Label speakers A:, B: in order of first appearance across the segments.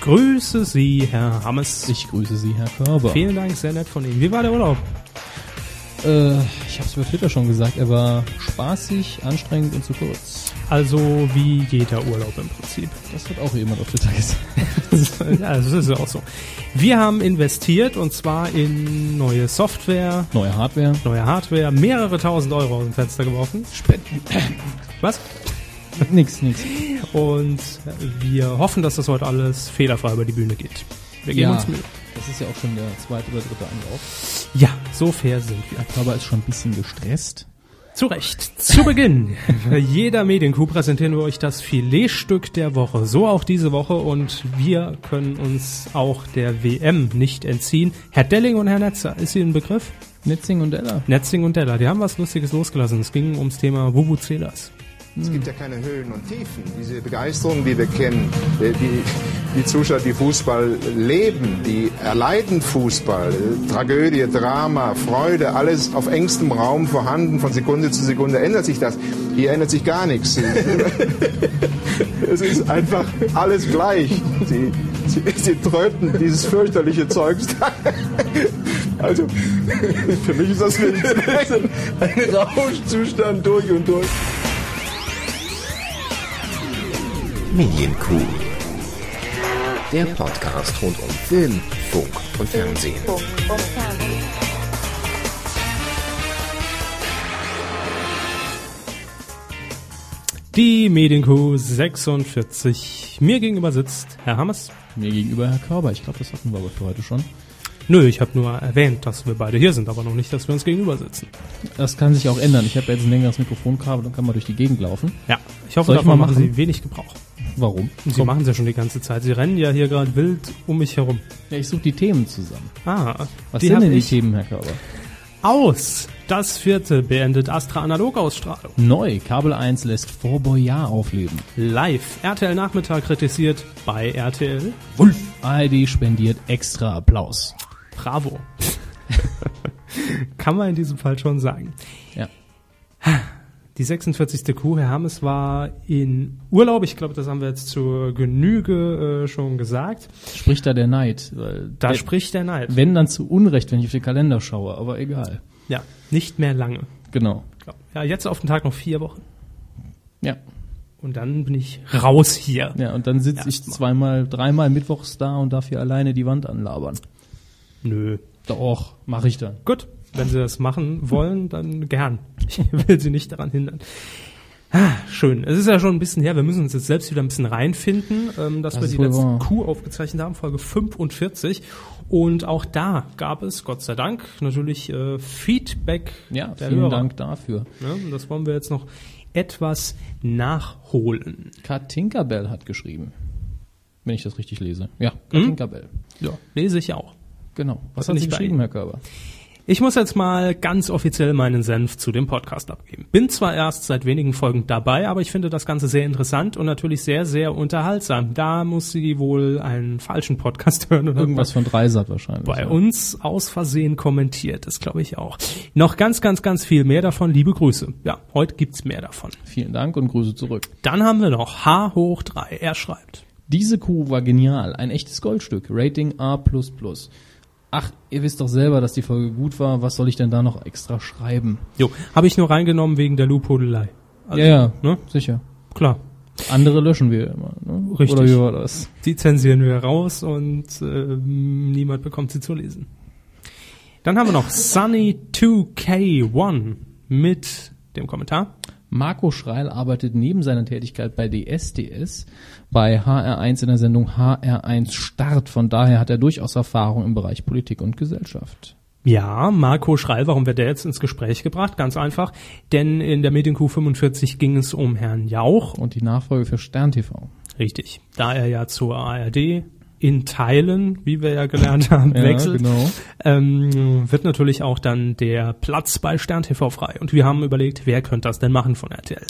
A: Grüße Sie, Herr Hammes.
B: Ich grüße Sie, Herr Körber.
A: Vielen Dank, sehr nett von Ihnen. Wie war der Urlaub?
B: Äh, ich habe es über Twitter schon gesagt, er war spaßig, anstrengend und zu kurz.
A: Also wie jeder Urlaub im Prinzip.
B: Das hat auch jemand auf Twitter gesagt.
A: ja, das ist ja auch so. Wir haben investiert und zwar in neue Software,
B: Neue Hardware.
A: neue Hardware, mehrere tausend Euro aus dem Fenster geworfen.
B: Spenden.
A: Was?
B: nix, nix.
A: Und wir hoffen, dass das heute alles fehlerfrei über die Bühne geht. Wir geben
B: Ja.
A: uns Mühe.
B: Das ist ja auch schon der zweite oder dritte Anlauf.
A: Ja, so fair sind wir.
B: Herr Körber ist schon ein bisschen gestresst.
A: Zu Recht. Zu Beginn. Bei jeder Medienkuh präsentieren wir euch das Filetstück der Woche. So auch diese Woche und wir können uns auch der WM nicht entziehen. Herr Delling und Herr Netzer, ist Ihnen ein Begriff?
B: Netzing und Ella.
A: Netzing und Deller, die haben was Lustiges losgelassen. Es ging ums Thema Wubuzelas.
C: Es gibt ja keine Höhen und Tiefen. Diese Begeisterung, die wir kennen, äh, die, die Zuschauer, die Fußball leben, die erleiden Fußball, äh, Tragödie, Drama, Freude, alles auf engstem Raum vorhanden, von Sekunde zu Sekunde ändert sich das. Hier ändert sich gar nichts. Es ist einfach alles gleich. Sie, sie, sie tröten dieses fürchterliche Zeugs. Also, für mich ist das ein, ein Rauschzustand durch und durch.
D: Medienkuh. Der Podcast rund um Film, Funk und Fernsehen.
A: Die Medienkuh 46. Mir gegenüber sitzt Herr Hammers.
B: Mir gegenüber Herr Körber. Ich glaube, das hatten wir aber für heute schon.
A: Nö, ich habe nur erwähnt, dass wir beide hier sind, aber noch nicht, dass wir uns gegenüber sitzen.
B: Das kann sich auch ändern. Ich habe ja jetzt ein längeres Mikrofonkabel, dann kann man durch die Gegend laufen.
A: Ja, ich hoffe,
B: Soll ich
A: davon
B: mal
A: machen
B: machen?
A: Sie wenig Gebrauch.
B: Warum?
A: Und Sie machen es ja schon die ganze Zeit. Sie rennen ja hier gerade wild um mich herum.
B: Ja, ich suche die Themen zusammen.
A: Ah,
B: Was
A: die
B: sind
A: hab
B: denn die
A: ich
B: Themen, Herr Körber?
A: Aus. Das vierte beendet Astra Analog-Ausstrahlung.
B: Neu. Kabel 1 lässt Fort Boyard aufleben.
A: Live. RTL Nachmittag kritisiert bei RTL.
B: Wulf. ARD spendiert extra Applaus.
A: Bravo. Kann man in diesem Fall schon sagen.
B: Ja.
A: Die 46. Kuh, Herr Hammes, war in Urlaub. Ich glaube, das haben wir jetzt zur Genüge äh, schon gesagt.
B: Spricht da der Neid? Weil
A: Da
B: wenn,
A: spricht der Neid.
B: wenn dann zu Unrecht, wenn ich auf den Kalender schaue, aber egal.
A: Ja, nicht mehr lange.
B: Genau.
A: Ja, jetzt auf den Tag noch vier Wochen.
B: Ja.
A: Und dann bin ich raus hier.
B: Ja, und dann sitze
A: Ja.
B: ich zweimal, dreimal mittwochs da und darf hier alleine die Wand anlabern.
A: Nö.
B: Doch, mache ich dann.
A: Gut, wenn Sie das machen wollen, dann gern. Ich will Sie nicht daran hindern. Ah, schön. Es ist ja schon ein bisschen her. Wir müssen uns jetzt selbst wieder ein bisschen reinfinden, ähm, dass
B: Das
A: wir
B: ist
A: die
B: wohl
A: letzte
B: wahr.
A: Kuh aufgezeichnet haben, Folge 45. Und auch da gab es, Gott sei Dank, natürlich äh, Feedback
B: Ja,
A: der
B: vielen
A: Hörer.
B: Dank dafür.
A: Ne? Und das wollen wir jetzt noch etwas nachholen.
B: Kat Tinkerbell hat geschrieben. Wenn ich das richtig lese. Ja, Kat Tinkerbell.
A: Hm? Ja, lese ich auch.
B: Genau. Was,
A: hat
B: hat
A: sie
B: sie geschrieben, Herr Körber?
A: Ich muss jetzt mal ganz offiziell meinen Senf zu dem Podcast abgeben. Bin zwar erst seit wenigen Folgen dabei, aber ich finde das Ganze sehr interessant und natürlich sehr, sehr unterhaltsam. Da muss sie wohl einen falschen Podcast hören oder
B: Irgendwas von Dreisat wahrscheinlich.
A: bei
B: ja.
A: uns aus Versehen kommentiert. Das glaube ich auch. Noch ganz, ganz, ganz viel mehr davon. Liebe Grüße. Ja, heute gibt's mehr davon.
B: Vielen Dank und Grüße zurück.
A: Dann haben wir noch H hoch drei. Er schreibt.
B: Diese Kuh war genial, ein echtes Goldstück. Rating A. Ach, ihr wisst doch selber, dass die Folge gut war. Was soll ich denn da noch extra schreiben?
A: Jo, habe ich nur reingenommen wegen der Lobhudelei. Also,
B: ja, ja,
A: ne?
B: sicher.
A: Klar.
B: Andere löschen wir immer. Ne?
A: Richtig.
B: Oder wie war das?
A: Die zensieren wir raus und ähm, niemand bekommt sie zu lesen. Dann haben wir noch Sunny2K1 mit dem Kommentar.
B: Marco Schreil arbeitet neben seiner Tätigkeit bei DSDS bei HR1 in der Sendung HR1 Start. Von daher hat er durchaus Erfahrung im Bereich Politik und Gesellschaft.
A: Ja, Marco Schreil, warum wird der jetzt ins Gespräch gebracht? Ganz einfach, denn in der Medienkuh 45 ging es um Herrn Jauch.
B: Und die Nachfolge für Stern TV.
A: Richtig, da er ja zur ARD in Teilen, wie wir ja gelernt haben, wechselt.
B: genau.
A: ähm, wird natürlich auch dann der Platz bei Stern TV frei. Und wir haben überlegt, wer könnte das denn machen von RTL?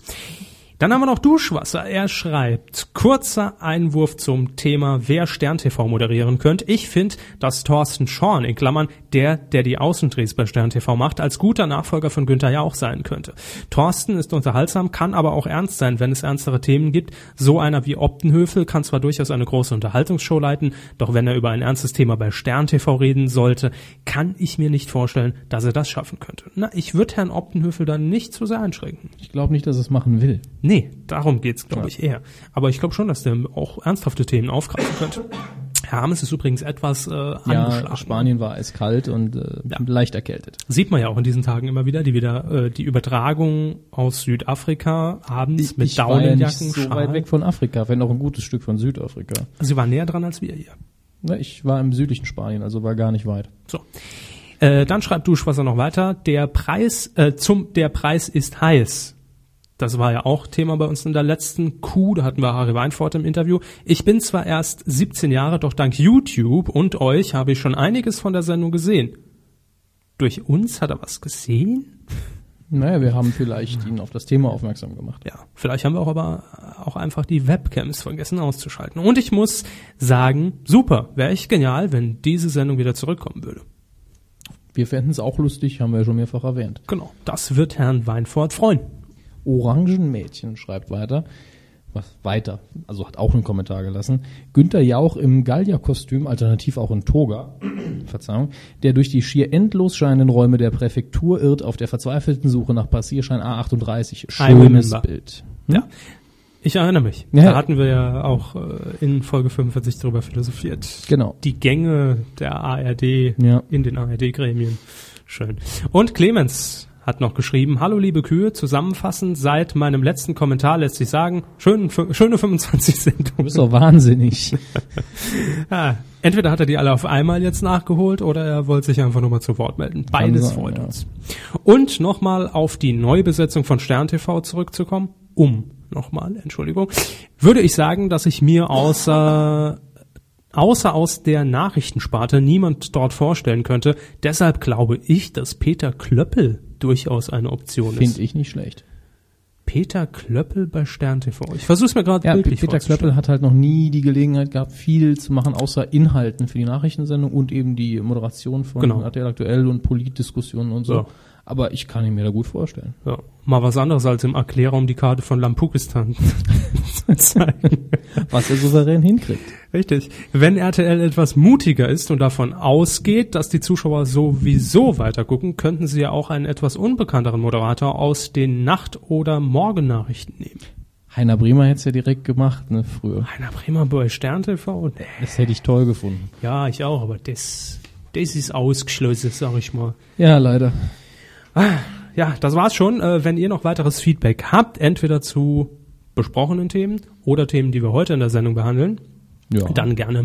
A: Dann haben wir noch Duschwasser. Er schreibt, kurzer Einwurf zum Thema, wer Stern TV moderieren könnt. Ich finde, dass Thorsten Schorn, in Klammern, der, der die Außendrehs bei Stern TV macht, als guter Nachfolger von Günther Jauch sein könnte. Thorsten ist unterhaltsam, kann aber auch ernst sein, wenn es ernstere Themen gibt. So einer wie Optenhöfel kann zwar durchaus eine große Unterhaltungsshow leiten, doch wenn er über ein ernstes Thema bei Stern TV reden sollte, kann ich mir nicht vorstellen, dass er das schaffen könnte. Na, ich würde Herrn Optenhöfel dann nicht zu sehr einschränken.
B: Ich glaube nicht, dass es machen will.
A: Nee, darum geht's, glaube ich, eher. Aber ich glaube schon, dass der auch ernsthafte Themen aufgreifen könnte. Herr Hammes ist übrigens etwas äh,
B: Ja,
A: angeschlagen.
B: Spanien war eiskalt und äh, leicht erkältet.
A: Sieht man ja auch in diesen Tagen immer wieder, die wieder äh, die Übertragung aus Südafrika abends mit
B: ja
A: Daunenjacken,
B: nicht so
A: Schal.
B: weit weg von Afrika, wenn auch ein gutes Stück von Südafrika.
A: Sie war näher dran als wir hier.
B: Ne, ich war im südlichen Spanien, also war gar nicht weit.
A: So. Äh, dann schreibt Duschwasser noch weiter. Der Preis äh, zum der Preis ist heiß. Das war ja auch Thema bei uns in der letzten Kuh, da hatten wir Harry Weinfort im Interview. Ich bin zwar erst 17 Jahre, doch dank YouTube und euch habe ich schon einiges von der Sendung gesehen. Durch uns hat er was gesehen?
B: Naja, Ne, wir haben vielleicht ihn auf das Thema aufmerksam gemacht.
A: Ja, vielleicht haben wir auch aber auch einfach die Webcams vergessen auszuschalten. Und ich muss sagen, super, wäre echt genial, wenn diese Sendung wieder zurückkommen würde.
B: Wir fänden es auch lustig, haben wir ja schon mehrfach erwähnt.
A: Genau, das wird Herrn Weinfort freuen.
B: Orangenmädchen schreibt weiter. Was weiter? Also hat auch einen Kommentar gelassen. Günther Jauch im Gallia-Kostüm, alternativ auch in Toga, Verzeihung, der durch die schier endlos scheinenden Räume der Präfektur irrt auf der verzweifelten Suche nach Passierschein A38. Schönes
A: remember.
B: Bild. Hm?
A: Ja. Ich erinnere mich.
B: Ja.
A: Da hatten wir ja auch äh, in Folge 45 drüber philosophiert.
B: Genau.
A: Die Gänge der ARD
B: Ja.
A: in den ARD-Gremien. Schön. Und Clemens hat noch geschrieben, hallo liebe Kühe, zusammenfassend seit meinem letzten Kommentar lässt sich sagen, schön, fü- schöne 25
B: Du
A: Sendungen.
B: bist doch wahnsinnig.
A: Ah, entweder hat er die alle auf einmal jetzt nachgeholt oder er wollte sich einfach nochmal zu Wort melden. Beides
B: sein,
A: freut
B: ja.
A: uns. Und nochmal auf die Neubesetzung von Stern TV zurückzukommen. Um, nochmal, Entschuldigung. Würde ich sagen, dass ich mir außer, außer aus der Nachrichtensparte niemand dort vorstellen könnte. Deshalb glaube ich, dass Peter Klöppel durchaus eine Option ist.
B: Finde ich nicht schlecht.
A: Peter Klöppel bei Stern TV. Ich versuche es mir gerade
B: Ja,
A: wirklich
B: Peter
A: vorzustellen.
B: Klöppel hat halt noch nie die Gelegenheit gehabt, viel zu machen, außer Inhalten für die Nachrichtensendung und eben die Moderation von
A: Genau.
B: RTL aktuell und Politdiskussionen und so.
A: Ja.
B: Aber ich kann ihn mir da gut vorstellen.
A: Ja, mal was anderes als im Erklärraum die Karte von Lampukistan zu zeigen.
B: Was er souverän hinkriegt.
A: Richtig. Wenn RTL etwas mutiger ist und davon ausgeht, dass die Zuschauer sowieso weitergucken, könnten sie ja auch einen etwas unbekannteren Moderator aus den Nacht- oder Morgennachrichten nehmen.
B: Heiner Bremer hätte es ja direkt gemacht, ne, früher.
A: Einer Bremer bei Stern TV? Nee.
B: Das hätte ich toll gefunden.
A: Ja, ich auch, aber das, das ist ausgeschlossen, sag ich mal.
B: Ja, leider.
A: Ja, das war's schon. Äh, wenn ihr noch weiteres Feedback habt, entweder zu besprochenen Themen oder Themen, die wir heute in der Sendung behandeln,
B: Ja.
A: dann gerne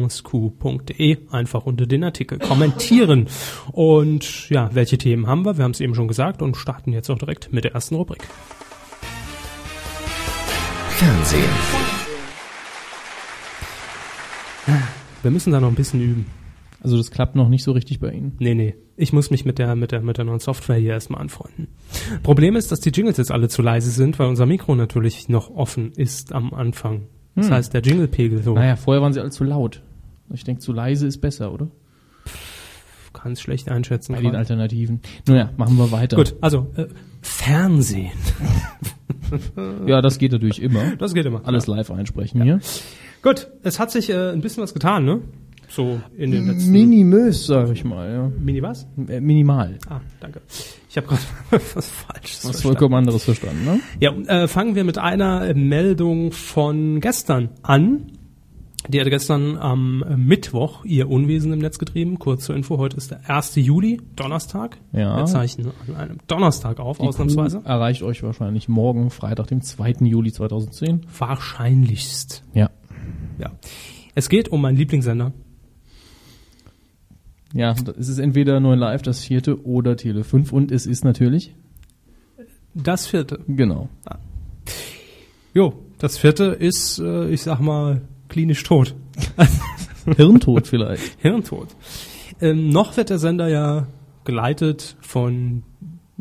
A: medien-q.de einfach unter den Artikel kommentieren. Und ja, welche Themen haben wir? Wir haben es eben schon gesagt und starten jetzt auch direkt mit der ersten Rubrik.
D: Fernsehen.
A: Wir müssen da noch ein bisschen üben.
B: Also das klappt noch nicht so richtig bei Ihnen.
A: Nee, nee. Ich muss mich mit der, mit der, mit der neuen Software hier erstmal anfreunden. Problem ist, dass die Jingles jetzt alle zu leise sind, weil unser Mikro natürlich noch offen ist am Anfang. Das
B: Hm.
A: heißt, der Jinglepegel so
B: Naja, vorher waren sie alle zu laut. Ich denke, zu leise ist besser, oder?
A: kann es schlecht einschätzen.
B: Bei den
A: gerade.
B: Alternativen. Naja, machen wir weiter.
A: Gut, also äh, Fernsehen.
B: Ja, das geht natürlich immer.
A: Das geht immer.
B: Alles live einsprechen hier.
A: Gut, es hat sich äh, ein bisschen was getan, ne? So in
B: Mm-hmm.
A: den letzten
B: Minimös, sag ich mal, ja.
A: Mini was?
B: Äh, Minimal.
A: Ah, danke. Ich habe gerade was Falsches
B: Das ist
A: verstanden.
B: vollkommen anderes verstanden, ne?
A: Ja, äh, fangen wir mit einer Meldung von gestern an. Die hat gestern am Mittwoch ihr Unwesen im Netz getrieben. Kurz zur Info, heute ist der 1. Juli, Donnerstag.
B: Ja.
A: Wir zeichnen an einem Donnerstag auf, ausnahmsweise.
B: Kuh Erreicht euch wahrscheinlich morgen, Freitag, dem 2. Juli 2010.
A: Wahrscheinlichst.
B: Ja.
A: Ja. Es geht um meinen Lieblingssender.
B: Ja, da- es ist entweder 9 Live, das vierte, oder Tele 5 und es ist natürlich,
A: Das vierte.
B: genau.
A: Jo, das vierte ist, äh, ich sag mal, klinisch tot.
B: Hirntod vielleicht.
A: Hirntod. Ähm, noch wird der Sender ja geleitet von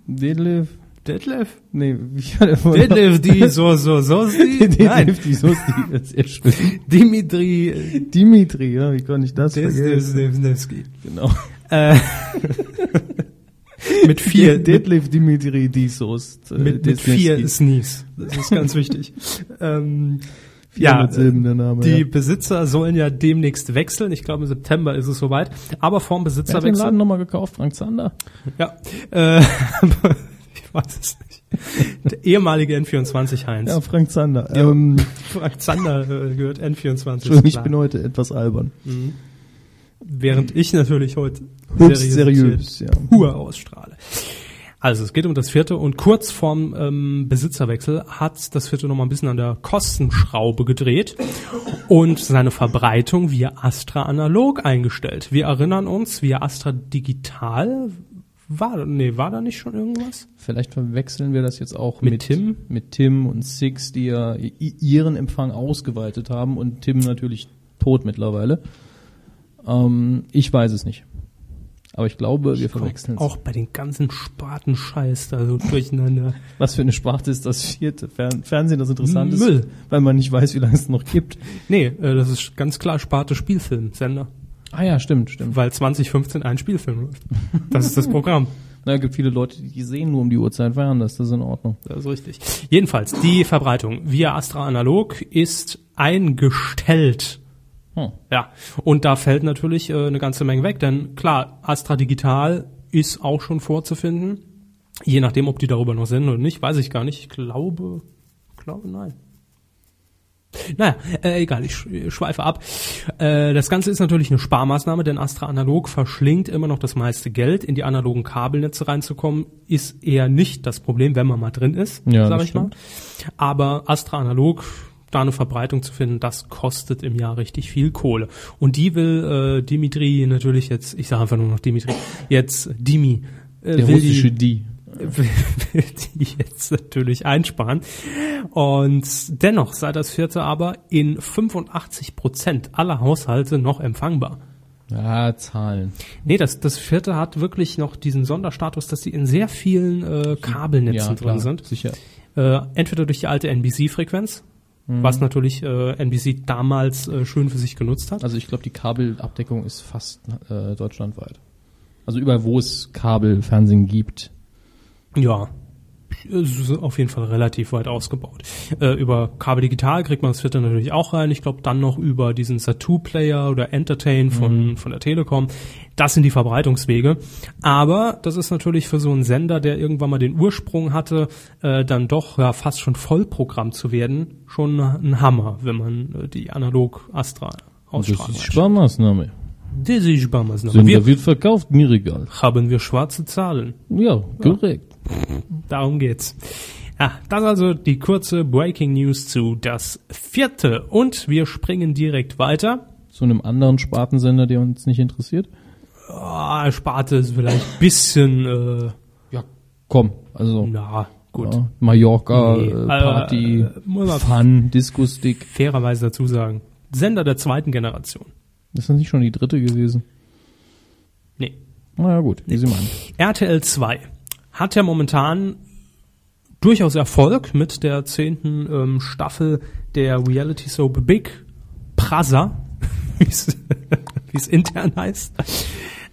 B: Detlef.
A: Detlef?
B: Nee, wie war der Vorname?
A: Detlef, die so, so, so, die? Nein,
B: Detlef, die Soße, das ist sehr schön.
A: Dimitri, äh,
B: Dimitri, ja, wie konnte ich das
A: Detlef
B: vergessen?
A: Snevski.
B: Genau.
A: Äh, mit vier,
B: Detlef Dimitri, die Soße. äh,
A: mit, mit
B: Disney
A: vier
B: Ski.
A: Sneeze. Das ist ganz wichtig. ähm,
B: 400 Silben der Name,
A: die
B: ja.
A: Besitzer sollen ja demnächst wechseln. Ich glaube, im September ist es soweit. Aber vorm
B: Wer hat den
A: Besitzerwechsel
B: Laden nochmal gekauft? Frank Zander?
A: Ja, äh, ich weiß es nicht. Der ehemalige N24 Heinz.
B: Ja, Frank Zander. Ähm,
A: Frank Zander äh, gehört N24.
B: Entschuldigung, ich
A: klar.
B: bin heute etwas albern.
A: Während ich natürlich heute
B: Höchst seriös, ja.
A: pur ausstrahle. Also es geht um das vierte und kurz vorm ähm, Besitzerwechsel hat das vierte nochmal ein bisschen an der Kostenschraube gedreht und seine Verbreitung via Astra analog eingestellt. Wir erinnern uns, via Astra digital war, nee, war da nicht schon irgendwas?
B: Vielleicht verwechseln wir das jetzt auch
A: Mit
B: mit,
A: Tim?
B: mit Tim und Six, die ja i- ihren Empfang ausgeweitet haben und Tim natürlich tot mittlerweile. Ähm, ich weiß es nicht. Aber ich glaube, wir verwechseln es.
A: Auch bei den ganzen Spatenscheiß da so durcheinander.
B: Was für eine Sparte ist das vierte? Fern Fernsehen, das interessant
A: Müll.
B: ist, weil man nicht weiß, wie lange es noch gibt.
A: Nee, äh, das ist ganz klar Sparte Spielfilmsender,
B: Ah ja, stimmt, stimmt.
A: weil 2015 ein Spielfilm läuft. Das ist das Programm.
B: Na, gibt viele Leute, die sehen nur um die Uhrzeit fern, das, das ist in Ordnung.
A: Das ist richtig. Jedenfalls, die Verbreitung via Astra Analog ist eingestellt.
B: Hm.
A: Ja, und da fällt natürlich äh, eine ganze Menge weg, denn klar, Astra Digital ist auch schon vorzufinden. Je nachdem, ob die darüber noch senden oder nicht, weiß ich gar nicht. Ich glaube, glaube nein. Naja, äh, egal, ich sch- äh, schweife ab. Äh, das Ganze ist natürlich eine Sparmaßnahme, denn Astra Analog verschlingt immer noch das meiste Geld. In die analogen Kabelnetze reinzukommen, ist eher nicht das Problem, wenn man mal drin ist,
B: Ja,
A: sag
B: das
A: ich mal. Aber Astra Analog, da eine Verbreitung zu finden, das kostet im Jahr richtig viel Kohle. Und die will äh, Dimitri natürlich jetzt, ich sage einfach nur noch Dimitri, jetzt Dimi. Äh,
B: Der
A: will
B: russische Die.
A: will will die jetzt natürlich einsparen. Und dennoch sei das vierte aber in 85 Prozent aller Haushalte noch empfangbar.
B: Ja, Zahlen.
A: Nee, das, das vierte hat wirklich noch diesen Sonderstatus, dass sie in sehr vielen äh, Kabelnetzen
B: ja, klar,
A: drin sind.
B: Sicher.
A: Äh, entweder durch die alte NBC-Frequenz, was natürlich äh, NBC damals äh, schön für sich genutzt hat.
B: Also ich glaube, die Kabelabdeckung ist fast äh, deutschlandweit. Also überall, wo es Kabelfernsehen gibt.
A: Ja. Es ist auf jeden Fall relativ weit ausgebaut. Äh, über Kabel Digital kriegt man das Twitter natürlich auch rein. Ich glaube, dann noch über diesen Satu-Player oder Entertain von, von der Telekom. Das sind die Verbreitungswege. Aber das ist natürlich für so einen Sender, der irgendwann mal den Ursprung hatte, äh, dann doch ja, fast schon Vollprogramm zu werden, schon ein Hammer, wenn man äh, die analog Astra ausstrahlt.
B: Sparmaßnahme.
A: Das ist Sparmaßnahme.
B: Sender
A: Wir
B: wird verkauft, mir egal.
A: haben wir schwarze Zahlen.
B: Ja, korrekt.
A: Darum geht's. Ja, das also die kurze Breaking News zu das vierte. Und wir springen direkt weiter.
B: Zu einem anderen Spartensender, der uns nicht interessiert.
A: Ah, Sparte ist vielleicht ein bisschen, äh,
B: Ja, komm. Also
A: na, gut.
B: ja, Mallorca,
A: Nee,
B: äh,
A: äh,
B: Party,
A: äh, muss man-
B: Fun, Disco-Stick.
A: Fairerweise dazu sagen. Sender der zweiten Generation.
B: Ist das nicht schon die dritte gewesen?
A: Nee.
B: Na ja, gut, wie sie meinen.
A: RTL 2 hat ja momentan durchaus Erfolg mit der zehnten ähm, Staffel der Reality Soap Big Prasa, wie es intern heißt.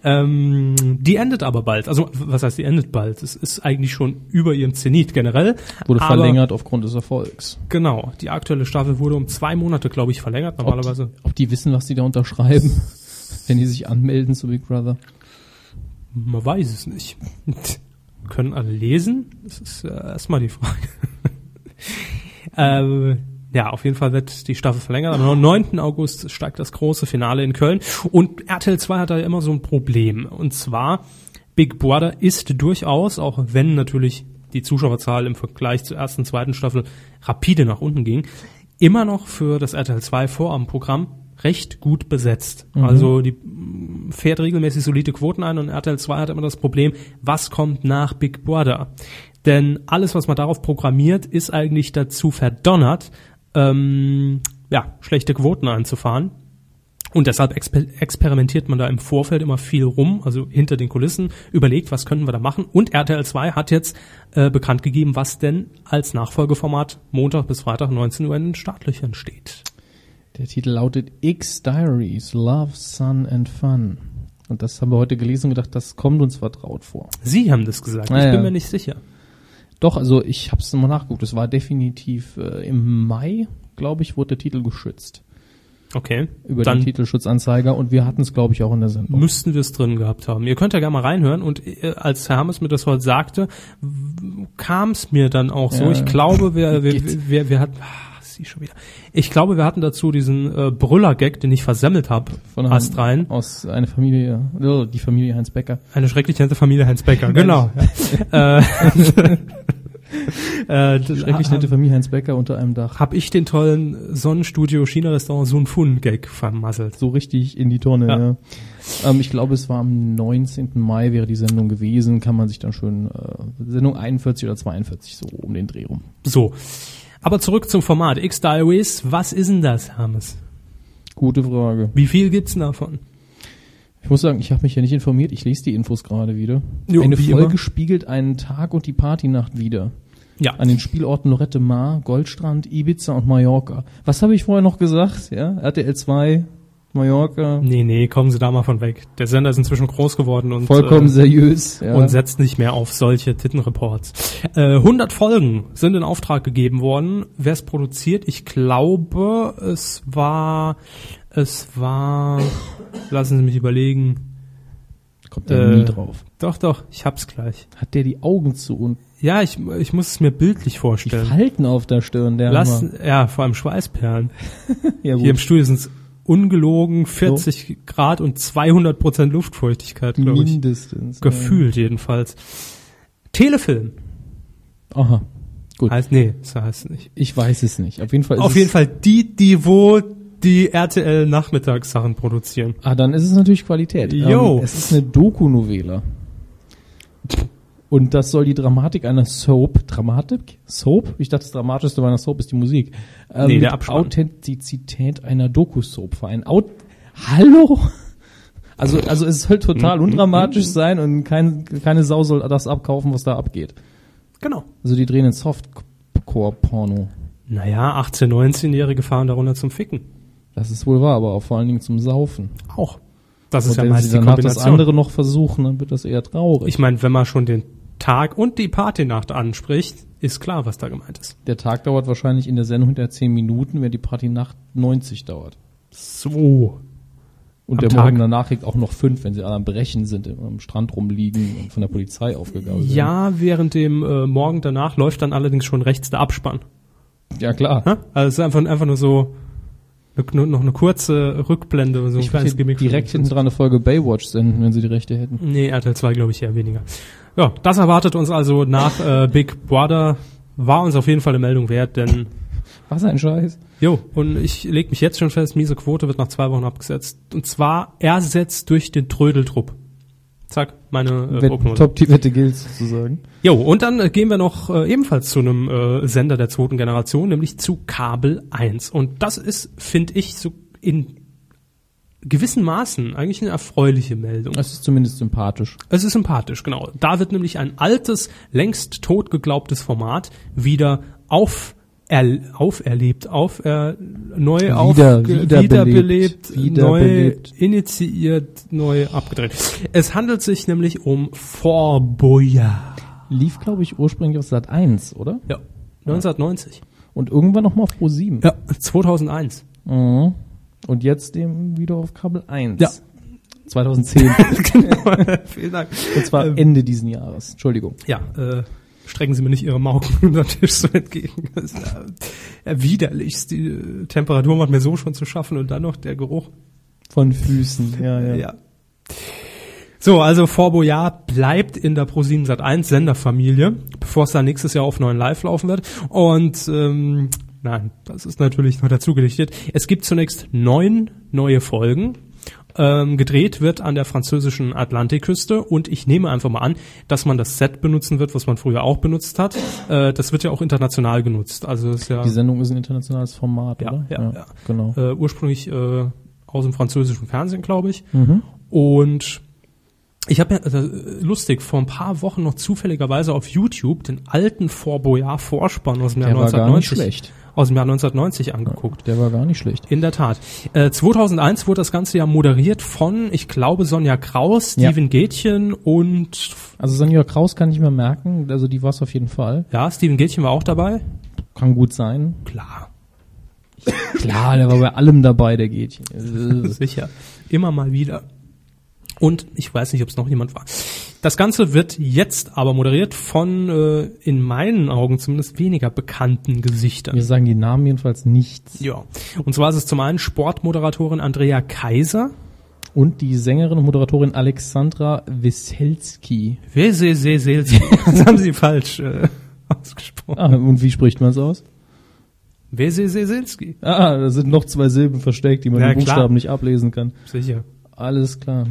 A: Ähm, die endet aber bald. Also was heißt, die endet bald? Es ist eigentlich schon über ihrem Zenit generell.
B: Wurde
A: aber-
B: verlängert aufgrund des Erfolgs.
A: Genau. Die aktuelle Staffel wurde um zwei Monate, glaube ich, verlängert normalerweise.
B: Ob die wissen, was die da unterschreiben, wenn die sich anmelden zu Big Brother?
A: Man weiß es nicht. Können alle lesen? Das ist äh, erstmal die Frage. ähm, ja, auf jeden Fall wird die Staffel verlängert. Am 9. August steigt das große Finale in Köln. Und RTL 2 hat da immer so ein Problem. Und zwar, Big Brother ist durchaus, auch wenn natürlich die Zuschauerzahl im Vergleich zur ersten, zweiten Staffel rapide nach unten ging, immer noch für das RTL 2 Vorabendprogramm recht gut besetzt. Also die fährt regelmäßig solide Quoten ein und RTL 2 hat immer das Problem, was kommt nach Big Brother? Denn alles, was man darauf programmiert, ist eigentlich dazu verdonnert, ähm, ja, schlechte Quoten einzufahren. Und deshalb exper experimentiert man da im Vorfeld immer viel rum, also hinter den Kulissen, überlegt, was könnten wir da machen. Und RTL 2 hat jetzt äh, bekannt gegeben, was denn als Nachfolgeformat Montag bis Freitag 19 Uhr in den Startlöchern steht.
B: Der Titel lautet X Diaries, Love, Sun and Fun. Und das haben wir heute gelesen und gedacht, das kommt uns vertraut vor.
A: Sie haben das gesagt,
B: Ah,
A: ich
B: ja.
A: bin mir nicht sicher.
B: Doch, also ich habe es nochmal nachgeguckt. Es war definitiv äh, im Mai, glaube ich, wurde der Titel geschützt.
A: Okay,
B: Über
A: dann Hm.
B: den Titelschutzanzeiger. Und wir hatten es, glaube ich, auch in der Sendung.
A: müssten wir es drin gehabt haben. Ihr könnt ja gerne mal reinhören und äh, als Hermes mir das heute sagte, kam es mir dann auch so.
B: Ja.
A: Ich glaube, wir, wir,
B: Geht.
A: wir, wir, wir hatten... ah, sie schon wieder. Ich glaube, wir hatten dazu diesen äh, Brüller-Gag, den ich versemmelt habe,
B: Von einem-
A: Ast rein.
B: Aus einer Familie, oh, die Familie Heinz Becker.
A: Eine schrecklich nette Familie Heinz Becker, genau. Ja. äh, äh,
B: Schrecklich nette Familie Heinz Becker unter einem Dach.
A: Hab ich den tollen Sonnenstudio China Restaurant Sun Fun Gag vermasselt.
B: So richtig in die Tonne,
A: Ja.
B: ja. Ähm, ich glaube, es war am 19. Mai wäre die Sendung gewesen. Kann man sich dann schön, äh, Sendung 41 oder 42, so um den Dreh rum.
A: So. Aber zurück zum Format. X-Diaries, was ist denn das, Hermes?
B: Gute Frage.
A: Wie viel gibt's denn davon?
B: Ich muss sagen, ich habe mich ja nicht informiert. Ich lese die Infos gerade wieder.
A: Jo,
B: Eine
A: wie
B: Folge
A: immer.
B: spiegelt einen Tag und die Partynacht wieder.
A: Ja.
B: An den Spielorten Lorette Mar, Goldstrand, Ibiza und Mallorca. Was habe ich vorher noch gesagt? Ja, RTL 2, Mallorca,
A: Nee, nee, kommen Sie da mal von weg. Der Sender ist inzwischen groß geworden und
B: vollkommen
A: äh,
B: seriös. Ja.
A: und setzt nicht mehr auf solche Tittenreports. Äh, 100 Folgen sind in Auftrag gegeben worden. Wer es produziert? Ich glaube, es war, es war, lassen Sie mich überlegen.
B: Kommt der
A: äh,
B: nie drauf.
A: Doch, doch, ich hab's gleich.
B: Hat der die Augen zu und
A: Ja, ich, ich muss es mir bildlich
B: die
A: vorstellen.
B: Falten auf der Stirn? Der Hammer.
A: Lassen, ja, vor allem Schweißperlen.
B: ja,
A: Hier im
B: gut.
A: Studio sind's ungelogen 40 Grad und 200 Prozent Luftfeuchtigkeit, glaube ich.
B: mindestens.
A: Gefühlt jedenfalls. Telefilm.
B: Ja. Aha, gut.
A: Heißt, nee, so heißt es nicht.
B: ich weiß es nicht. Auf jeden Fall. Ist
A: Auf
B: es,
A: jeden Fall die, die wo die RTL Nachmittagssachen produzieren.
B: Ah, dann ist es natürlich Qualität. Ähm,
A: Jo.
B: es ist eine Doku-Novela. Und das soll die Dramatik einer Soap, Dramatik? Soap? Ich dachte, das Dramatischste bei einer Soap ist die Musik. Ähm,
A: Nee, der
B: mit
A: Abspann.
B: Authentizität einer Doku-Soap vereinen. Aut Hallo? Also, also es soll
A: Hm,
B: total undramatisch sein und kein, keine Sau soll das abkaufen, was da abgeht.
A: Genau.
B: Also die drehen in Softcore-Porno.
A: Naja, 18-, 19-Jährige fahren darunter zum Ficken.
B: Das ist wohl wahr, aber auch vor allen Dingen zum Saufen.
A: Auch. Das ist
B: Und
A: ja
B: wenn sie
A: meist die
B: danach das
A: Kombination.
B: andere noch versuchen, dann wird das eher traurig.
A: Ich meine, wenn man schon den Tag und die Partynacht anspricht, ist klar, was da gemeint ist.
B: Der Tag dauert wahrscheinlich in der Sendung hinter 10 Minuten, während die Party Nacht 90 dauert.
A: So.
B: Und
A: Am
B: der
A: Tag.
B: Morgen danach kriegt auch noch 5, wenn sie alle am Brechen sind, am Strand rumliegen und von der Polizei aufgegabelt
A: Ja, während dem äh, Morgen danach läuft dann allerdings schon rechts der Abspann.
B: werden. Ja, klar.
A: Hä? Also es ist einfach, einfach nur so ne- nur noch eine kurze Rückblende, so ein
B: Ich würde
A: kleines
B: hier
A: Gimmick.
B: direkt hinten dran eine Folge Baywatch senden, wenn sie die Rechte hätten.
A: Nee, RTL 2 glaube ich eher weniger. Ja, das erwartet uns also nach äh, Big Brother. War uns auf jeden Fall eine Meldung wert, denn
B: Was ein Scheiß.
A: jo, und ich lege mich jetzt schon fest, miese Quote wird nach zwei Wochen abgesetzt. Und zwar ersetzt durch den Trödeltrupp. Zack, meine äh,
B: Wett-
A: Prognose.
B: Top die Wette gilt sozusagen.
A: Jo, und dann äh, gehen wir noch äh, ebenfalls zu einem äh, Sender der zweiten Generation, nämlich zu Kabel 1. Und das ist, finde ich, so in gewissen Maßen eigentlich eine erfreuliche Meldung.
B: Das ist zumindest sympathisch.
A: Es ist sympathisch, genau. Da wird nämlich ein altes, längst tot geglaubtes Format wieder auf auferlebt, auf äh, neu auf
B: wiederbelebt, wiederbelebt.
A: neu initiiert, neu abgedreht. Es handelt sich nämlich um Vorboja.
B: Lief, glaube ich, ursprünglich auf Sat 1, oder?
A: Ja. 1990.
B: Und irgendwann nochmal auf Pro 7.
A: Ja. 2001.
B: Mhm. Und jetzt dem wieder auf Kabel 1.
A: Ja.
B: 2010.
A: Vielen Dank.
B: und zwar
A: Ähm.
B: Ende diesen Jahres. Entschuldigung.
A: Ja, äh, strecken Sie mir nicht Ihre Mauken unter den Tisch so entgegen. Das ist ja, ja widerlich. Die äh, Temperatur macht mir so schon zu schaffen und dann noch der Geruch.
B: Von Füßen, ja, ja.
A: Ja. So, also Vorboyard bleibt in der Pro7 Sat1 Senderfamilie, bevor es dann nächstes Jahr auf neuen Live laufen wird. Und ähm, nein, das ist natürlich noch dazu gedichtet. Es gibt zunächst neun neue Folgen. Ähm, gedreht wird an der französischen Atlantikküste und ich nehme einfach mal an, dass man das Set benutzen wird, was man früher auch benutzt hat. Äh, das wird ja auch international genutzt. Also ist ja
B: Die Sendung ist ein internationales Format,
A: Ja,
B: oder?
A: ja, ja.
B: Genau.
A: äh, ursprünglich äh, aus dem französischen Fernsehen, glaube ich.
B: Mhm.
A: Und ich habe also, lustig vor ein paar Wochen noch zufälligerweise auf YouTube den alten Fort Boyard Vorspann aus dem Jahr
B: Der war gar nicht
A: 1990
B: schlecht.
A: aus dem Jahr 1990 angeguckt.
B: Der war gar nicht schlecht.
A: In der Tat. Äh, 2001 wurde das Ganze ja moderiert von, ich glaube, Sonja Kraus,
B: Ja.
A: Steven Gätchen und
B: Also Sonja Kraus kann ich mir merken, also die war es auf jeden Fall.
A: ja, Steven Gätchen war auch dabei.
B: Kann gut sein.
A: Klar,
B: Klar, der war bei allem dabei, der geht. Äh,
A: sicher. Immer mal wieder. Und ich weiß nicht, ob es noch jemand war. Das Ganze wird jetzt aber moderiert von, äh, in meinen Augen zumindest, weniger bekannten Gesichtern.
B: Mir sagen die Namen jedenfalls nichts.
A: Ja. Und zwar ist es zum einen Sportmoderatorin Andrea Kaiser.
B: Und die Sängerin und Moderatorin Alexandra Wieselski.
A: Wer se- se- se- se- Das haben sie falsch äh, ausgesprochen.
B: Ah, und wie spricht man es aus?
A: Weseselski.
B: Ah, da sind noch zwei Silben versteckt, die man
A: Ja,
B: im Buchstaben
A: klar.
B: nicht ablesen kann.
A: Sicher.
B: Alles klar.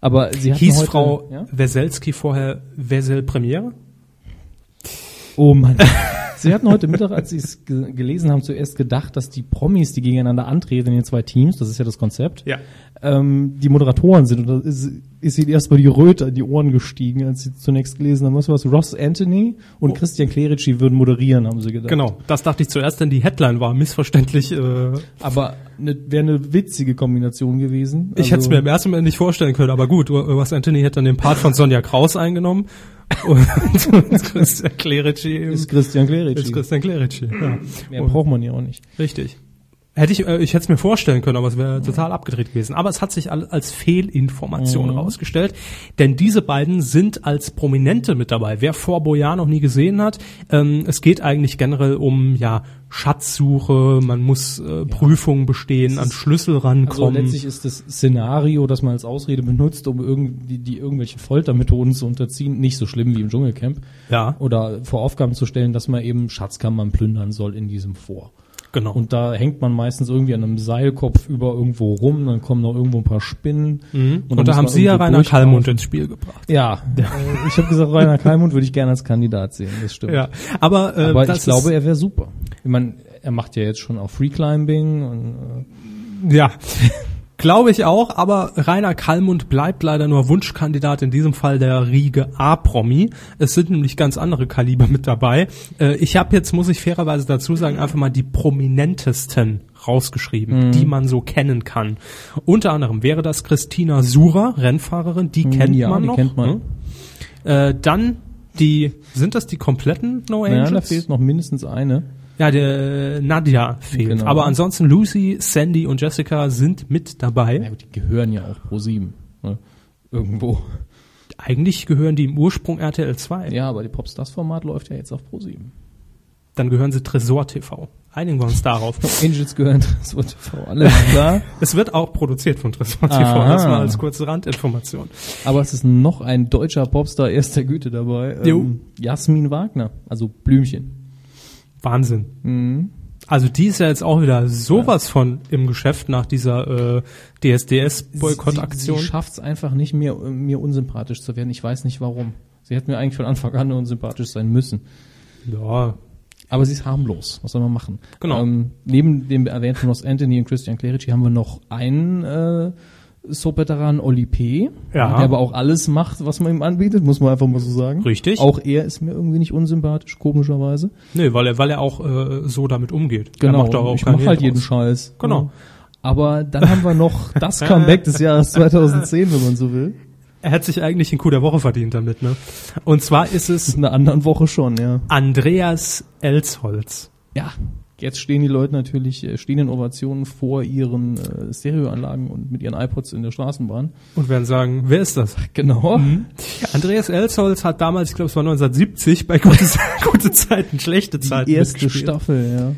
B: Aber sie hatten
A: Hieß
B: heute,
A: Frau
B: Ja?
A: Weselski vorher Wesel Premiere?
B: Oh Mann. Sie hatten heute Mittag, als Sie es ge gelesen haben, zuerst gedacht, dass die Promis, die gegeneinander antreten in den zwei Teams, das ist ja das Konzept,
A: Ja.
B: ähm, die Moderatoren sind. Und da ist, ist ihnen erstmal die Röte in die Ohren gestiegen, als sie zunächst gelesen haben. Was war es? Ross Anthony und Christian Clerici würden moderieren, haben sie gedacht.
A: Oh. Genau, das dachte ich zuerst, denn die Headline war missverständlich. Äh,
B: Aber ne, wäre eine witzige Kombination gewesen.
A: ich hätte es
B: Also-
A: mir im ersten Moment nicht vorstellen können, aber gut, was Anthony hätte dann den Part von Sonja Kraus eingenommen und, und Christian Clerici im-
B: ist Christian Clerici.
A: ist Christian Clerici. Ja.
B: Mehr braucht man ja auch nicht.
A: Richtig. Hätte ich, äh, ich hätte es mir vorstellen können, aber es wäre total abgedreht gewesen. Aber es hat sich al- als Fehlinformation
B: Mhm.
A: herausgestellt, denn diese beiden sind als Prominente mit dabei. Wer vor Boyard noch nie gesehen hat, ähm, es geht eigentlich generell um ja Schatzsuche, man muss äh, Prüfungen bestehen, an Schlüssel
B: Also
A: rankommen.
B: letztlich ist das Szenario, das man als Ausrede benutzt, um irgendwie die irgendwelche Foltermethoden zu unterziehen, nicht so schlimm wie im Dschungelcamp.
A: Ja.
B: Oder vor Aufgaben zu stellen, dass man eben Schatzkammern plündern soll in diesem Vor.
A: genau.
B: Und da hängt man meistens irgendwie an einem Seilkopf über irgendwo rum, dann kommen noch irgendwo ein paar Spinnen. dann
A: Mhm. Und da
B: muss
A: haben
B: man
A: sie ja
B: irgendwo
A: Rainer
B: durchlaufen.
A: Kallmund ins Spiel gebracht.
B: Ja, äh, ich habe gesagt, Rainer Kalmund würde ich gerne als Kandidat sehen, das stimmt.
A: aber, äh,
B: Aber ich
A: das
B: glaube, er wäre super. Ich meine, er macht ja jetzt schon auch Freeclimbing und
A: Ja, glaube ich auch, aber Rainer Kallmund bleibt leider nur Wunschkandidat, in diesem Fall der Riege A-Promi. Es sind nämlich ganz andere Kaliber mit dabei. Äh, ich habe jetzt, muss ich fairerweise dazu sagen, einfach mal die prominentesten rausgeschrieben, die man so kennen kann. Unter anderem wäre das Christina Sura, Rennfahrerin, Mhm, die kennt
B: ja,
A: man
B: die
A: noch. ne?
B: kennt man.
A: Äh, dann die, sind das die kompletten No Angels?
B: Ja, da fehlt noch mindestens eine.
A: Ja, der Nadja fehlt.
B: Genau.
A: Aber ansonsten Lucy, Sandy und Jessica sind mit
B: Ja,
A: dabei.
B: gut, die gehören ja auch pro sieben. Ne? Irgendwo.
A: Eigentlich gehören die im Ursprung RTL 2.
B: Ja, aber die Popstars-Format läuft ja jetzt auf pro sieben.
A: Dann gehören sie Tresor TV. Einigen wir uns darauf.
B: Angels gehören zu TV, alles klar.
A: es wird auch produziert von Tresor TV.
B: Aha.
A: Das mal als kurze Randinformation.
B: aber es ist noch ein deutscher Popstar erster Güte dabei. Ähm, Jasmin Wagner, also Blümchen.
A: Wahnsinn.
B: Mhm.
A: Also die ist ja jetzt auch wieder sowas von im Geschäft nach dieser äh,
B: Sie, sie
A: DSDS-Boykottaktion.
B: schafft es einfach nicht mehr, äh, mir unsympathisch zu werden. Ich weiß nicht warum. Sie hätte mir eigentlich von Anfang an unsympathisch sein müssen.
A: Ja,
B: Aber sie ist harmlos. Was soll man machen?
A: Genau.
B: Ähm, neben dem erwähnten Ross Anthony und Christian Clerici haben wir noch einen äh, Soap-Veteran, Oli P.,
A: Ja.
B: der aber auch alles macht, was man ihm anbietet, muss man einfach mal so sagen.
A: Richtig.
B: Auch er ist mir irgendwie nicht unsympathisch, komischerweise.
A: nee, weil er, weil er auch äh, so damit umgeht. Er macht doch auch
B: ich
A: keinen
B: mach halt
A: Hehl
B: jeden
A: draus.
B: Scheiß.
A: Genau.
B: Ja. Aber dann haben wir noch das Comeback des Jahres 2010, wenn man so will.
A: Er hat sich eigentlich den Coup der Woche verdient damit, ne? Und zwar ist es
B: In der anderen Woche schon, ja.
A: Andreas Elsholz.
B: Ja. Jetzt stehen die Leute natürlich, äh, stehen in Ovationen vor ihren äh, Stereoanlagen und mit ihren iPods in der Straßenbahn.
A: Und werden sagen, wer ist das?
B: Genau.
A: Mhm. Andreas Elsholz hat damals, ich glaube es war 1970, bei gute, gute Zeiten, schlechte Zeiten
B: Die erste
A: mitgespielt.
B: Staffel, ja.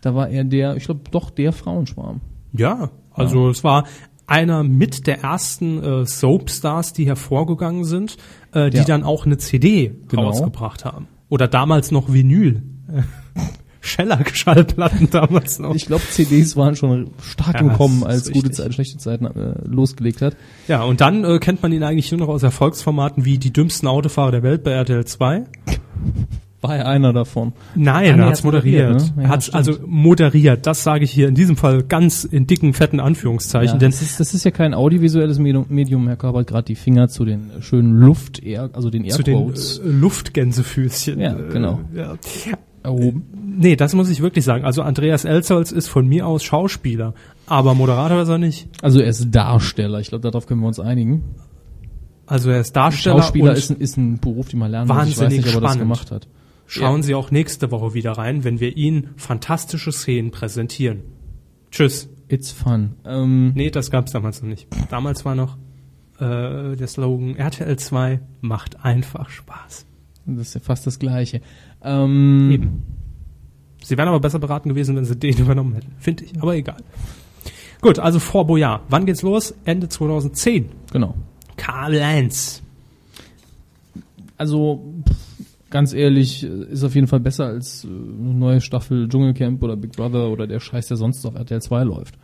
B: Da war er der, ich glaube, doch der Frauenschwarm.
A: Ja, also es war einer mit der ersten äh, Soapstars, die hervorgegangen sind, äh, die
B: Ja.
A: dann auch eine CD
B: Genau.
A: rausgebracht haben. Oder damals noch Vinyl. Scheller-Schallplatten damals noch.
B: Ich glaube, CDs waren schon stark
A: Ja,
B: im
A: das
B: Kommen,
A: ist
B: als gute
A: richtig.
B: Zeiten, schlechte Zeiten äh, losgelegt hat.
A: Ja, und dann äh, kennt man ihn eigentlich nur noch aus Erfolgsformaten wie die dümmsten Autofahrer der Welt bei RTL 2.
B: War er einer davon?
A: Nein,
B: Ah, nee,
A: er hat's
B: hat's moderiert,
A: moderiert.
B: ne?
A: Er
B: Ja,
A: hat's
B: stimmt.
A: also moderiert. Das sage ich hier in diesem Fall ganz in dicken, fetten Anführungszeichen.
B: Ja,
A: denn
B: das, ist, das ist ja kein audiovisuelles Medium, Medium Herr Körber hat gerade die Finger zu den äh, schönen Luft, Air, also den
A: zu den
B: Airquotes
A: äh, Luftgänsefüßchen.
B: Ja, genau.
A: Äh, ja.
B: erhoben.
A: Nee, das muss ich wirklich sagen. Also Andreas Elzholz ist von mir aus Schauspieler, aber Moderator ist er nicht.
B: Also er ist Darsteller, ich glaube, darauf können wir uns einigen.
A: Also er ist Darsteller
B: Schauspieler
A: und
B: ist ein, ist ein Beruf, den man lernen muss. Ich
A: Wahnsinnig
B: weiß nicht, ob er das
A: spannend.
B: gemacht hat.
A: schauen Sie auch nächste Woche wieder rein, wenn wir Ihnen fantastische Szenen präsentieren. Tschüss.
B: It's fun. Ähm,
A: Nee, das gab's damals noch nicht. Damals war noch äh, der Slogan RTL 2 macht einfach Spaß.
B: das ist ja fast das Gleiche. Ähm,
A: Sie wären aber besser beraten gewesen, wenn sie den übernommen hätten, finde ich. Aber egal. Gut, also vor Boyard. Wann geht's los? Ende 2010.
B: Genau.
A: Karl 1.
B: Also pff, ganz ehrlich, äh, ist auf jeden Fall besser als äh, eine neue Staffel Dschungelcamp oder Big Brother oder der Scheiß, der sonst auf RTL 2 läuft.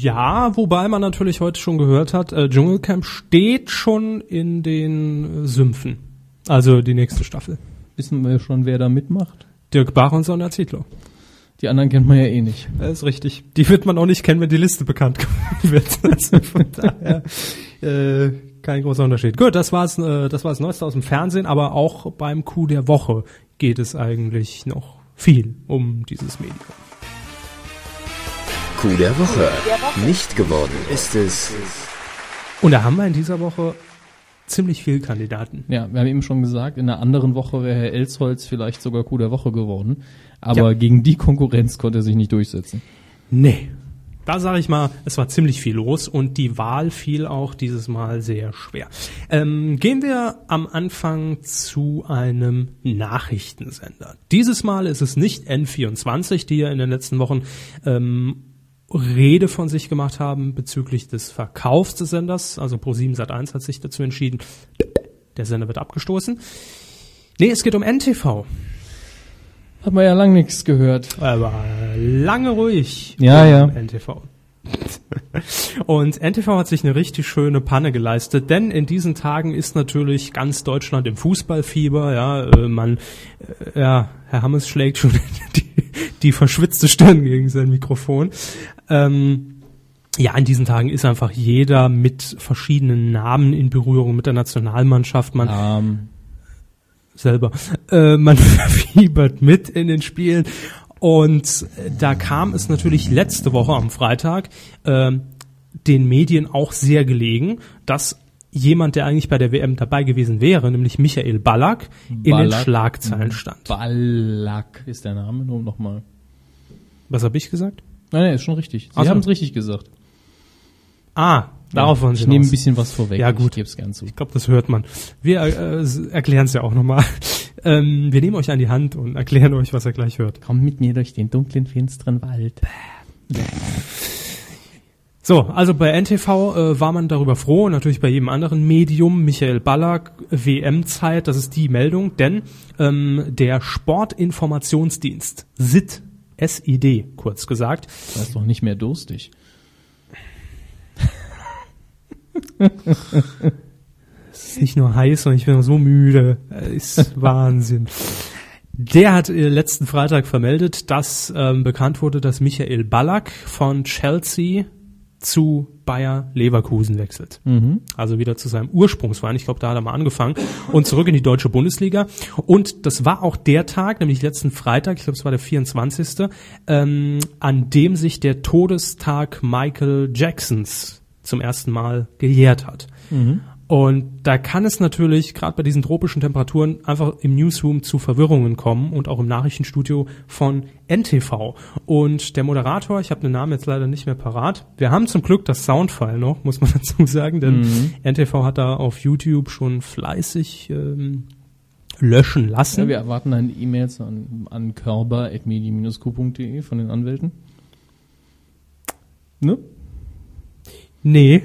A: Ja, wobei man natürlich heute schon gehört hat, äh, Dschungelcamp steht schon in den äh, Sümpfen. Also die nächste Staffel.
B: Wissen wir schon, wer da mitmacht?
A: Dirk Bach und Sonja Zietlow.
B: Die anderen kennt man ja eh nicht.
A: Das ist richtig. Die wird man auch nicht kennen, wenn die Liste bekannt gemacht wird. Also von daher äh, kein großer Unterschied. Gut, das war's, äh, das war's Neueste aus dem Fernsehen, aber auch beim Coup der Woche geht es eigentlich noch viel um dieses Medium.
D: Coup der Woche. Nicht geworden ist es
A: Und da haben wir in dieser Woche ziemlich viele Kandidaten.
B: Ja, wir haben eben schon gesagt, in einer anderen Woche wäre Herr Elsholz vielleicht sogar Coup der Woche geworden.
A: Ja.
B: Aber gegen die Konkurrenz konnte er sich nicht durchsetzen.
A: Nee. Da sage ich mal, es war ziemlich viel los und die Wahl fiel auch dieses Mal sehr schwer. Ähm, gehen wir am Anfang zu einem Nachrichtensender. Dieses Mal ist es nicht N24, die ja in den letzten Wochen ähm, Rede von sich gemacht haben bezüglich des Verkaufs des Senders. Also Pro7 Sat1 hat sich dazu entschieden, der Sender wird abgestoßen. Nee, es geht um NTV.
B: Hat man ja lang nichts gehört.
A: Aber lange ruhig.
B: Ja, ja.
A: NTV. Und NTV hat sich eine richtig schöne Panne geleistet, denn in diesen Tagen ist natürlich ganz Deutschland im Fußballfieber. Ja, äh, man, äh, ja, Herr Hammes schlägt schon die, die verschwitzte Stirn gegen sein Mikrofon. Ähm, ja, in diesen Tagen ist einfach jeder mit verschiedenen Namen in Berührung mit der Nationalmannschaft. Man
B: Ähm,
A: selber. Äh, man fiebert mit in den Spielen. Und äh, da kam es natürlich letzte Woche am Freitag ähm, den Medien auch sehr gelegen, dass jemand, der eigentlich bei der WM dabei gewesen wäre, nämlich Michael Ballack, in den
B: Ballack.
A: Schlagzeilen stand.
B: Ballack ist der Name, nur nochmal.
A: Was habe ich gesagt?
B: Nein, nein, ist schon richtig. Sie
A: Ach so.
B: haben es richtig gesagt.
A: Ah, darauf wollen Sie
B: Ich nehme
A: hinaus.
B: ein bisschen was vorweg.
A: Ja, gut.
B: Ich gebe es gern zu.
A: Ich glaube, das hört man. Wir äh, s- erklären es ja auch nochmal. Ähm, wir nehmen euch an die Hand und erklären euch, was er gleich hört.
B: Komm mit mir durch den dunklen, finsteren Wald.
A: So, also bei NTV äh, war man darüber froh, und natürlich bei jedem anderen Medium, Michael Ballack, WM-Zeit, das ist die Meldung, denn ähm, der Sportinformationsdienst, SID, SID kurz gesagt,
B: Das ist doch nicht mehr durstig.
A: ist nicht nur heiß, sondern ich bin auch so müde. Äh, Ist Wahnsinn. Der hat äh, letzten Freitag vermeldet, dass ähm, bekannt wurde, dass Michael Ballack von Chelsea zu Bayer Leverkusen wechselt. Also wieder zu seinem Ursprungsverein. Ich glaube, da hat er mal angefangen. Und zurück in die deutsche Bundesliga. Und das war auch der Tag, nämlich letzten Freitag, ich glaube, es war der 24., ähm, an dem sich der Todestag Michael Jacksons zum ersten Mal gejährt hat.
B: Mhm.
A: Und da kann es natürlich gerade bei diesen tropischen Temperaturen einfach im Newsroom zu Verwirrungen kommen und auch im Nachrichtenstudio von NTV. Und der Moderator, ich habe den Namen jetzt leider nicht mehr parat. Wir haben zum Glück das Soundfile noch, muss man dazu sagen, denn
B: Mhm.
A: NTV hat da auf YouTube schon fleißig ähm, löschen lassen.
B: Ja, wir erwarten dann E-Mails an, an körber.media-q.de von den Anwälten. Ne?
A: nee,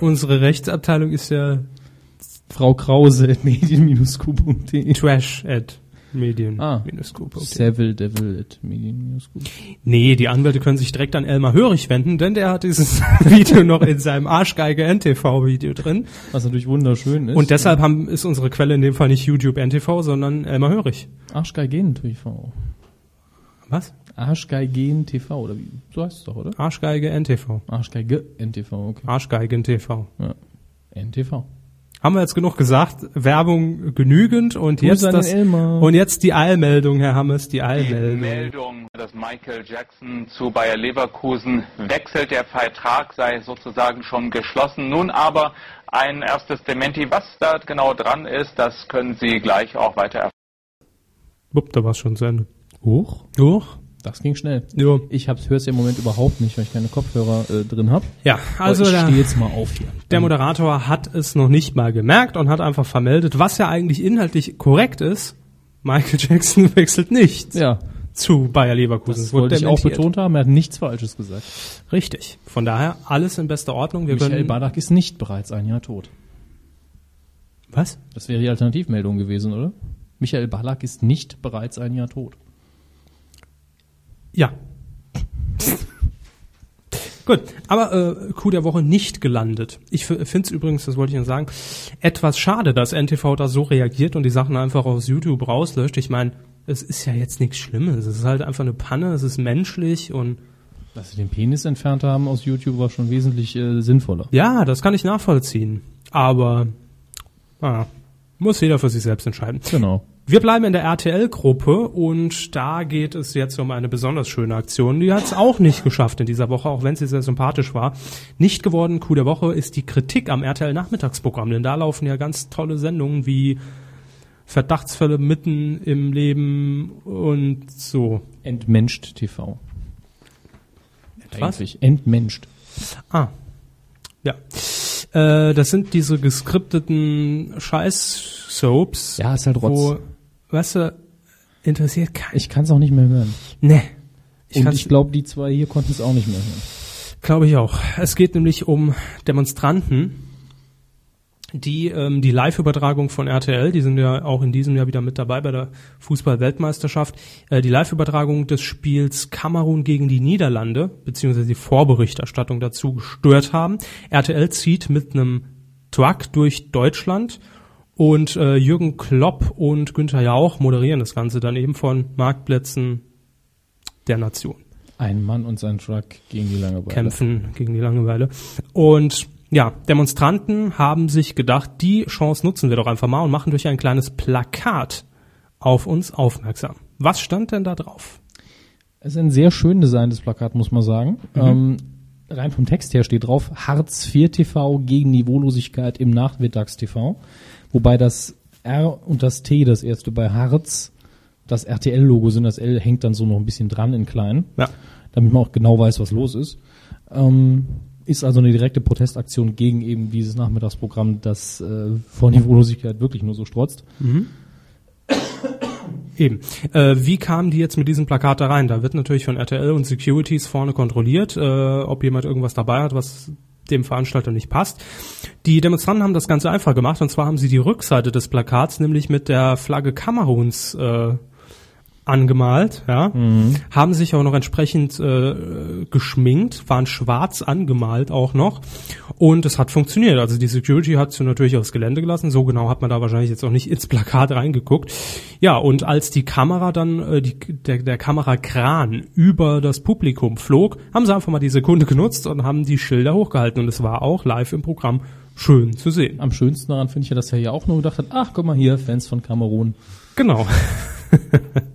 A: unsere Rechtsabteilung ist ja
B: Frau Krause at medien-q.de.
A: trash at Medien.
B: Ah.
A: Minus Group, okay.
B: Seville Devil at Medien News Group.
A: Nee, die Anwälte können sich direkt an Elmar Hörig wenden, denn der hat dieses Video noch in seinem Arschgeige NTV-Video drin.
B: Was natürlich wunderschön ist. äh,
A: Und deshalb haben, ist unsere Quelle in dem Fall nicht YouTube NTV, sondern Elmar Hörig.
B: Arschgeigen TV.
A: Was?
B: Arschgeigen TV, oder wie? So heißt es doch, oder?
A: Arschgeige NTV.
B: Arschgeige NTV, okay.
A: Arschgeigen TV.
B: Ja. NTV.
A: Haben wir jetzt genug gesagt, Werbung genügend und jetzt
B: an den
A: das,
B: Elmar.
A: und jetzt die Eilmeldung, Herr Hammes, die Eilmeldung.
E: Meldung, dass Michael Jackson zu Bayer Leverkusen wechselt. Der Vertrag sei sozusagen schon geschlossen. Nun aber ein erstes Dementi. Was da genau dran ist, das können Sie gleich auch weiter erfahren.
A: Wupp, da war's schon zu Ende.
B: Hoch?
A: Huch.
B: Das ging schnell.
A: Jo.
B: Ich hab's, hör's ja im Moment überhaupt nicht, weil ich keine Kopfhörer äh, drin hab.
A: Ja, also
B: Aber ich
A: da,
B: stehe jetzt mal auf hier.
A: Der Moderator hat es noch nicht mal gemerkt und hat einfach vermeldet, was ja eigentlich inhaltlich korrekt ist. Michael Jackson wechselt nicht
B: ja,
A: zu Bayer Leverkusen.
B: das
A: Wurde
B: wollte ich auch
A: dementiert.
B: betont haben. Er hat nichts Falsches gesagt.
A: Richtig. Von daher alles in bester Ordnung. Wir
B: Michael
A: können
B: Badak ist nicht bereits ein Jahr tot.
A: was?
B: Das wäre die Alternativmeldung gewesen, oder? Michael Ballack ist nicht bereits ein Jahr tot.
A: Ja. Gut, aber äh, Coup der Woche nicht gelandet. Ich finde es übrigens, das wollte ich noch sagen, etwas schade, dass NTV da so reagiert und die Sachen einfach aus YouTube rauslöscht. Ich meine, es ist ja jetzt nichts Schlimmes. Es ist halt einfach eine Panne, es ist menschlich und
B: Dass sie den Penis entfernt haben aus YouTube war schon wesentlich äh, sinnvoller.
A: Ja, das kann ich nachvollziehen. Aber ah, muss jeder für sich selbst entscheiden.
B: Genau.
A: Wir bleiben in der RTL-Gruppe und da geht es jetzt um eine besonders schöne Aktion. Die hat es auch nicht geschafft in dieser Woche, auch wenn sie sehr sympathisch war. Nicht geworden, Coup der Woche, ist die Kritik am RTL-Nachmittagsprogramm. Denn da laufen ja ganz tolle Sendungen wie Verdachtsfälle mitten im Leben und so.
B: Entmenscht TV.
A: Was?
B: Eigentlich. Entmenscht.
A: Ah. Ja. Äh, das sind diese geskripteten Scheiß-Soaps.
B: Ja, ist halt Rotz.
A: Wo, weißt du, interessiert keinen.
B: Ich kann es auch nicht mehr hören.
A: nee. Ich
B: Und
A: kann's-
B: ich glaube, die zwei hier konnten es auch nicht mehr hören.
A: Glaube ich auch. Es geht nämlich um Demonstranten, die ähm, die Live-Übertragung von RTL, die sind ja auch in diesem Jahr wieder mit dabei bei der Fußball-Weltmeisterschaft, äh, die Live-Übertragung des Spiels Kamerun gegen die Niederlande, beziehungsweise die Vorberichterstattung dazu gestört haben. RTL zieht mit einem Truck durch Deutschland und äh, Jürgen Klopp und Günther Jauch moderieren das Ganze dann eben von Marktplätzen der Nation
B: Ein Mann und sein Truck gegen die Langeweile.
A: kämpfen gegen die Langeweile. Und ja, Demonstranten haben sich gedacht, die Chance nutzen wir doch einfach mal und machen durch ein kleines Plakat auf uns aufmerksam. Was stand denn da drauf?
B: Es ist ein sehr schön designtes Plakat, muss man sagen. Ähm, rein vom Text her steht drauf, Hartz IV TV gegen Niveaulosigkeit im Nachmittags-TV. Wobei das R und das T, das erste bei Hartz, das RTL-Logo sind, das L hängt dann so noch ein bisschen dran in klein,
A: Ja.
B: damit man auch genau weiß, was los ist. Ähm, ist also eine direkte Protestaktion gegen eben dieses Nachmittagsprogramm, das äh, vor Niveaulosigkeit wirklich nur so strotzt.
A: Eben. Äh, wie kamen die jetzt mit diesem Plakat da rein? Da wird natürlich von RTL und Securities vorne kontrolliert, äh, ob jemand irgendwas dabei hat, was dem Veranstalter nicht passt. Die Demonstranten haben das Ganze einfach gemacht und zwar haben sie die Rückseite des Plakats nämlich mit der Flagge Kameruns äh, angemalt, ja, haben sich auch noch entsprechend äh, geschminkt, waren schwarz angemalt auch noch und es hat funktioniert. Also die Security hat sie natürlich aufs Gelände gelassen, so genau hat man da wahrscheinlich jetzt auch nicht ins Plakat reingeguckt. Ja, und als die Kamera dann, äh, die, der, der Kamerakran über das Publikum flog, haben sie einfach mal die Sekunde genutzt und haben die Schilder hochgehalten und es war auch live im Programm schön zu sehen.
B: Am schönsten daran finde ich ja, dass er ja auch nur gedacht hat, ach, guck mal hier, Fans von Kamerun.
A: Genau.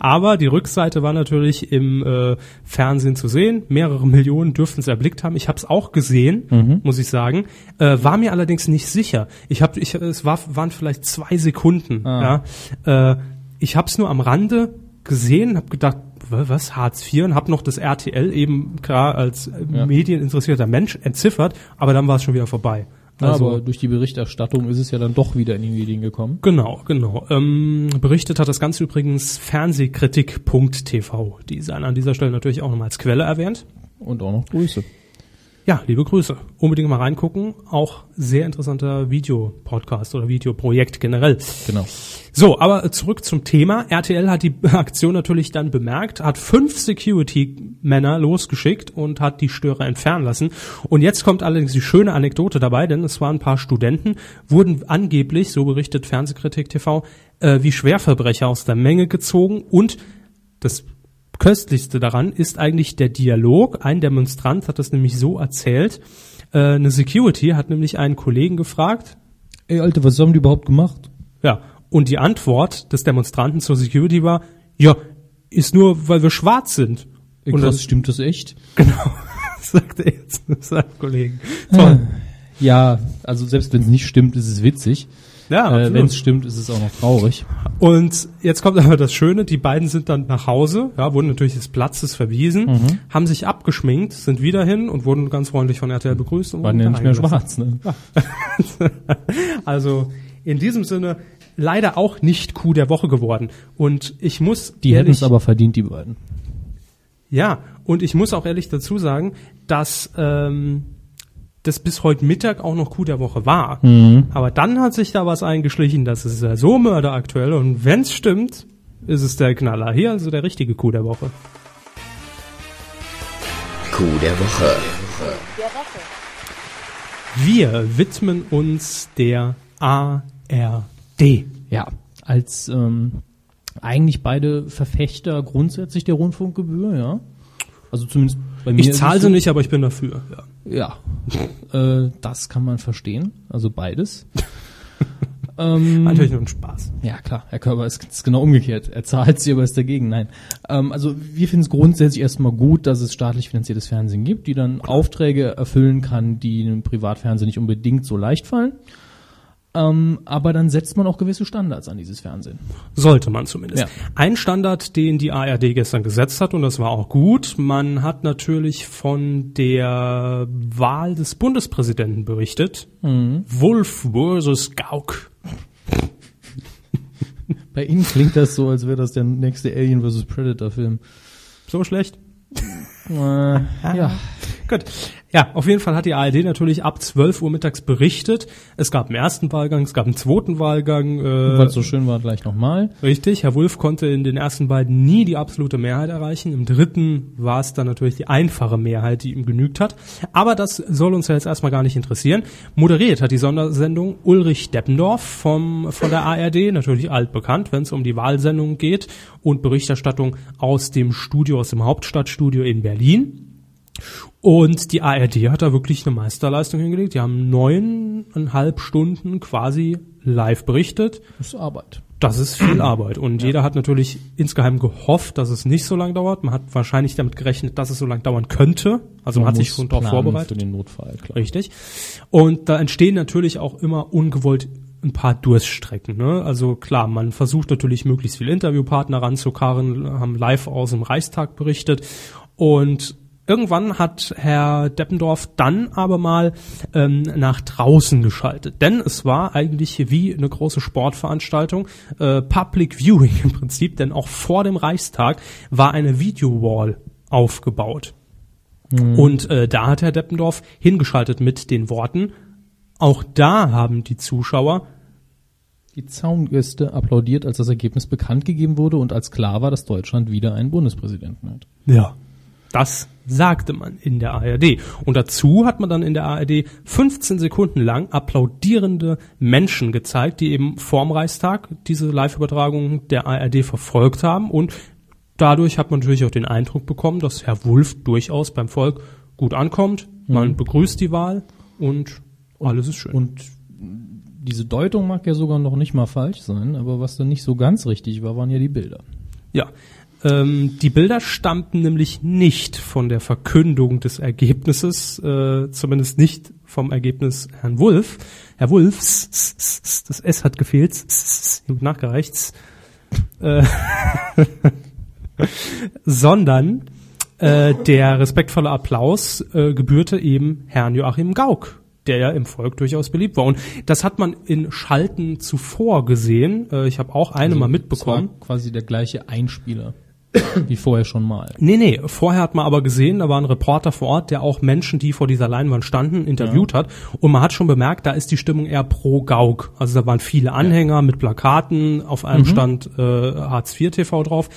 A: Aber die Rückseite war natürlich im äh, Fernsehen zu sehen. Mehrere Millionen dürften es erblickt haben. Ich habe es auch gesehen, muss ich sagen. Äh, war mir allerdings nicht sicher. Ich hab, ich, es war, waren vielleicht zwei Sekunden. Ja. Äh, ich habe es nur am Rande gesehen, habe gedacht, wa- was Hartz IV und habe noch das RTL eben klar als äh, medieninteressierter Mensch entziffert, aber dann war es schon wieder vorbei. Also,
B: aber durch die Berichterstattung ist es ja dann doch wieder in die Medien gekommen.
A: Genau, genau. Ähm, berichtet hat das Ganze übrigens Fernsehkritik.tv. Die seien an dieser Stelle natürlich auch nochmal als Quelle erwähnt.
B: Und auch noch Grüße.
A: Ja, liebe Grüße. Unbedingt mal reingucken. Auch sehr interessanter Videopodcast oder Videoprojekt generell.
B: Genau.
A: So, aber zurück zum Thema. RTL hat die Aktion natürlich dann bemerkt, hat fünf Security-Männer losgeschickt und hat die Störer entfernen lassen. Und jetzt kommt allerdings die schöne Anekdote dabei, denn es waren ein paar Studenten, wurden angeblich, so berichtet Fernsehkritik TV, äh, wie Schwerverbrecher aus der Menge gezogen und das Köstlichste daran ist eigentlich der Dialog. Ein Demonstrant hat das nämlich so erzählt. Äh, eine Security hat nämlich einen Kollegen gefragt,
B: Ey, Alter, was haben die überhaupt gemacht?
A: ja, und die Antwort des Demonstranten zur Security war, ja, ist nur, weil wir schwarz sind.
B: Ey,
A: und
B: krass,
A: das
B: stimmt das echt?
A: sagte er jetzt zu seinem Kollegen.
B: Ah.
A: Toll.
B: Ja, also selbst wenn es nicht stimmt, ist es witzig.
A: Ja,
B: äh,
A: absolut.
B: wenn es stimmt, ist es auch noch traurig.
A: Und jetzt kommt aber das Schöne, die beiden sind dann nach Hause, ja, wurden natürlich des Platzes verwiesen,
B: Mhm.
A: haben sich abgeschminkt, sind wieder hin und wurden ganz freundlich von RTL begrüßt. Und
B: Waren
A: wurden
B: ja
A: da
B: nicht mehr
A: reingelassen.
B: schwarz, ne?
A: Also in diesem Sinne leider auch nicht Coup der Woche geworden. Und ich muss
B: Die hätten es
A: ehrlich,
B: aber verdient, die beiden.
A: ja und ich muss auch ehrlich dazu sagen, dass ähm, das bis heute Mittag auch noch Coup der Woche war.
B: Mhm.
A: Aber dann hat sich da was eingeschlichen, das ist ja so mörderaktuell und wenn es stimmt, ist es der Knaller. Hier also der richtige Coup der Woche.
D: Coup der Woche.
A: Wir widmen uns der ARD.
B: Ja, als ähm, eigentlich beide Verfechter grundsätzlich der Rundfunkgebühr, ja. Also zumindest bei mir.
A: Ich
B: ist
A: zahle
B: es
A: sie
B: so.
A: nicht, aber ich bin dafür. Ja.
B: Ja, äh, das kann man verstehen. Also beides. Mhm.
A: Natürlich nur ein Spaß.
B: Ja, klar, Herr Körber ist, ist genau umgekehrt. Er zahlt sie, aber ist dagegen. Nein. Ähm, also wir finden es grundsätzlich erstmal gut, dass es staatlich finanziertes Fernsehen gibt, die dann Aufträge erfüllen kann, die einem Privatfernsehen nicht unbedingt so leicht fallen. Ähm, aber dann setzt man auch gewisse Standards an dieses Fernsehen.
A: Sollte man zumindest.
B: Ja.
A: Ein Standard, den die ARD gestern gesetzt hat, und das war auch gut, man hat natürlich von der Wahl des Bundespräsidenten berichtet. Wolf versus Gauck.
B: Bei Ihnen klingt das so, als wäre das der nächste Alien vs. Predator-Film.
A: So schlecht.
B: Äh, ja.
A: Gut. Ja, auf jeden Fall hat die ARD natürlich ab 12 Uhr mittags berichtet. Es gab einen ersten Wahlgang, es gab einen zweiten Wahlgang. Äh,
B: Weil es so schön war, gleich nochmal.
A: Richtig, Herr Wulff konnte in den ersten beiden nie die absolute Mehrheit erreichen. Im dritten war es dann natürlich die einfache Mehrheit, die ihm genügt hat. Aber das soll uns ja jetzt erstmal gar nicht interessieren. Moderiert hat die Sondersendung Ulrich Deppendorf vom, von der ARD, natürlich altbekannt, wenn es um die Wahlsendung geht und Berichterstattung aus dem Studio, aus dem Hauptstadtstudio in Berlin. Und die ARD hat da wirklich eine Meisterleistung hingelegt. Die haben neuneinhalb Stunden quasi live berichtet.
B: Das ist Arbeit.
A: Das ist viel Arbeit und jeder hat natürlich insgeheim gehofft, dass es nicht so lang dauert. Man hat wahrscheinlich damit gerechnet, dass es so lang dauern könnte. Also man, hat sich
B: muss
A: schon darauf
B: planen
A: vorbereitet.
B: Für den Notfall, klar.
A: Richtig. Und da entstehen natürlich auch immer ungewollt ein paar Durststrecken. Ne? Also klar, man versucht natürlich möglichst viele Interviewpartner ranzukarren, haben live aus dem Reichstag berichtet. Und irgendwann hat Herr Deppendorf dann aber mal ähm, nach draußen geschaltet. Denn es war eigentlich wie eine große Sportveranstaltung, äh, Public Viewing im Prinzip, denn auch vor dem Reichstag war eine Videowall aufgebaut. Und äh, da hat Herr Deppendorf hingeschaltet mit den Worten, auch da haben die Zuschauer,
B: Die Zaungäste applaudiert, als das Ergebnis bekannt gegeben wurde und als klar war, dass Deutschland wieder einen Bundespräsidenten hat.
A: ja, das sagte man in der ARD. Und dazu hat man dann in der ARD 15 Sekunden lang applaudierende Menschen gezeigt, die eben vorm Reichstag diese Live-Übertragung der ARD verfolgt haben. Und dadurch hat man natürlich auch den Eindruck bekommen, dass Herr Wulff durchaus beim Volk gut ankommt. Man begrüßt die Wahl und alles ist schön.
B: Und diese Deutung mag ja sogar noch nicht mal falsch sein, aber was dann nicht so ganz richtig war, waren ja die Bilder.
A: Ja. Ähm, die Bilder stammten nämlich nicht von der Verkündung des Ergebnisses, äh, zumindest nicht vom Ergebnis Herrn Wulff. Herr Wulff, s- s- s- s- das S hat gefehlt, s- s- s- hier wird nachgereicht, s- äh, sondern äh, der respektvolle Applaus äh, gebührte eben Herrn Joachim Gauck, der ja im Volk durchaus beliebt war. Und das hat man in Schalten zuvor gesehen. Äh, ich habe auch eine mal
B: Das war
A: mitbekommen.
B: quasi der gleiche Einspieler. wie vorher schon mal.
A: Nee, nee, vorher hat man aber gesehen, da war ein Reporter vor Ort, der auch Menschen, die vor dieser Leinwand standen, interviewt hat. Und man hat schon bemerkt, da ist die Stimmung eher pro Gauk. Also da waren viele Anhänger mit Plakaten, auf einem stand äh, Hartz IV TV drauf.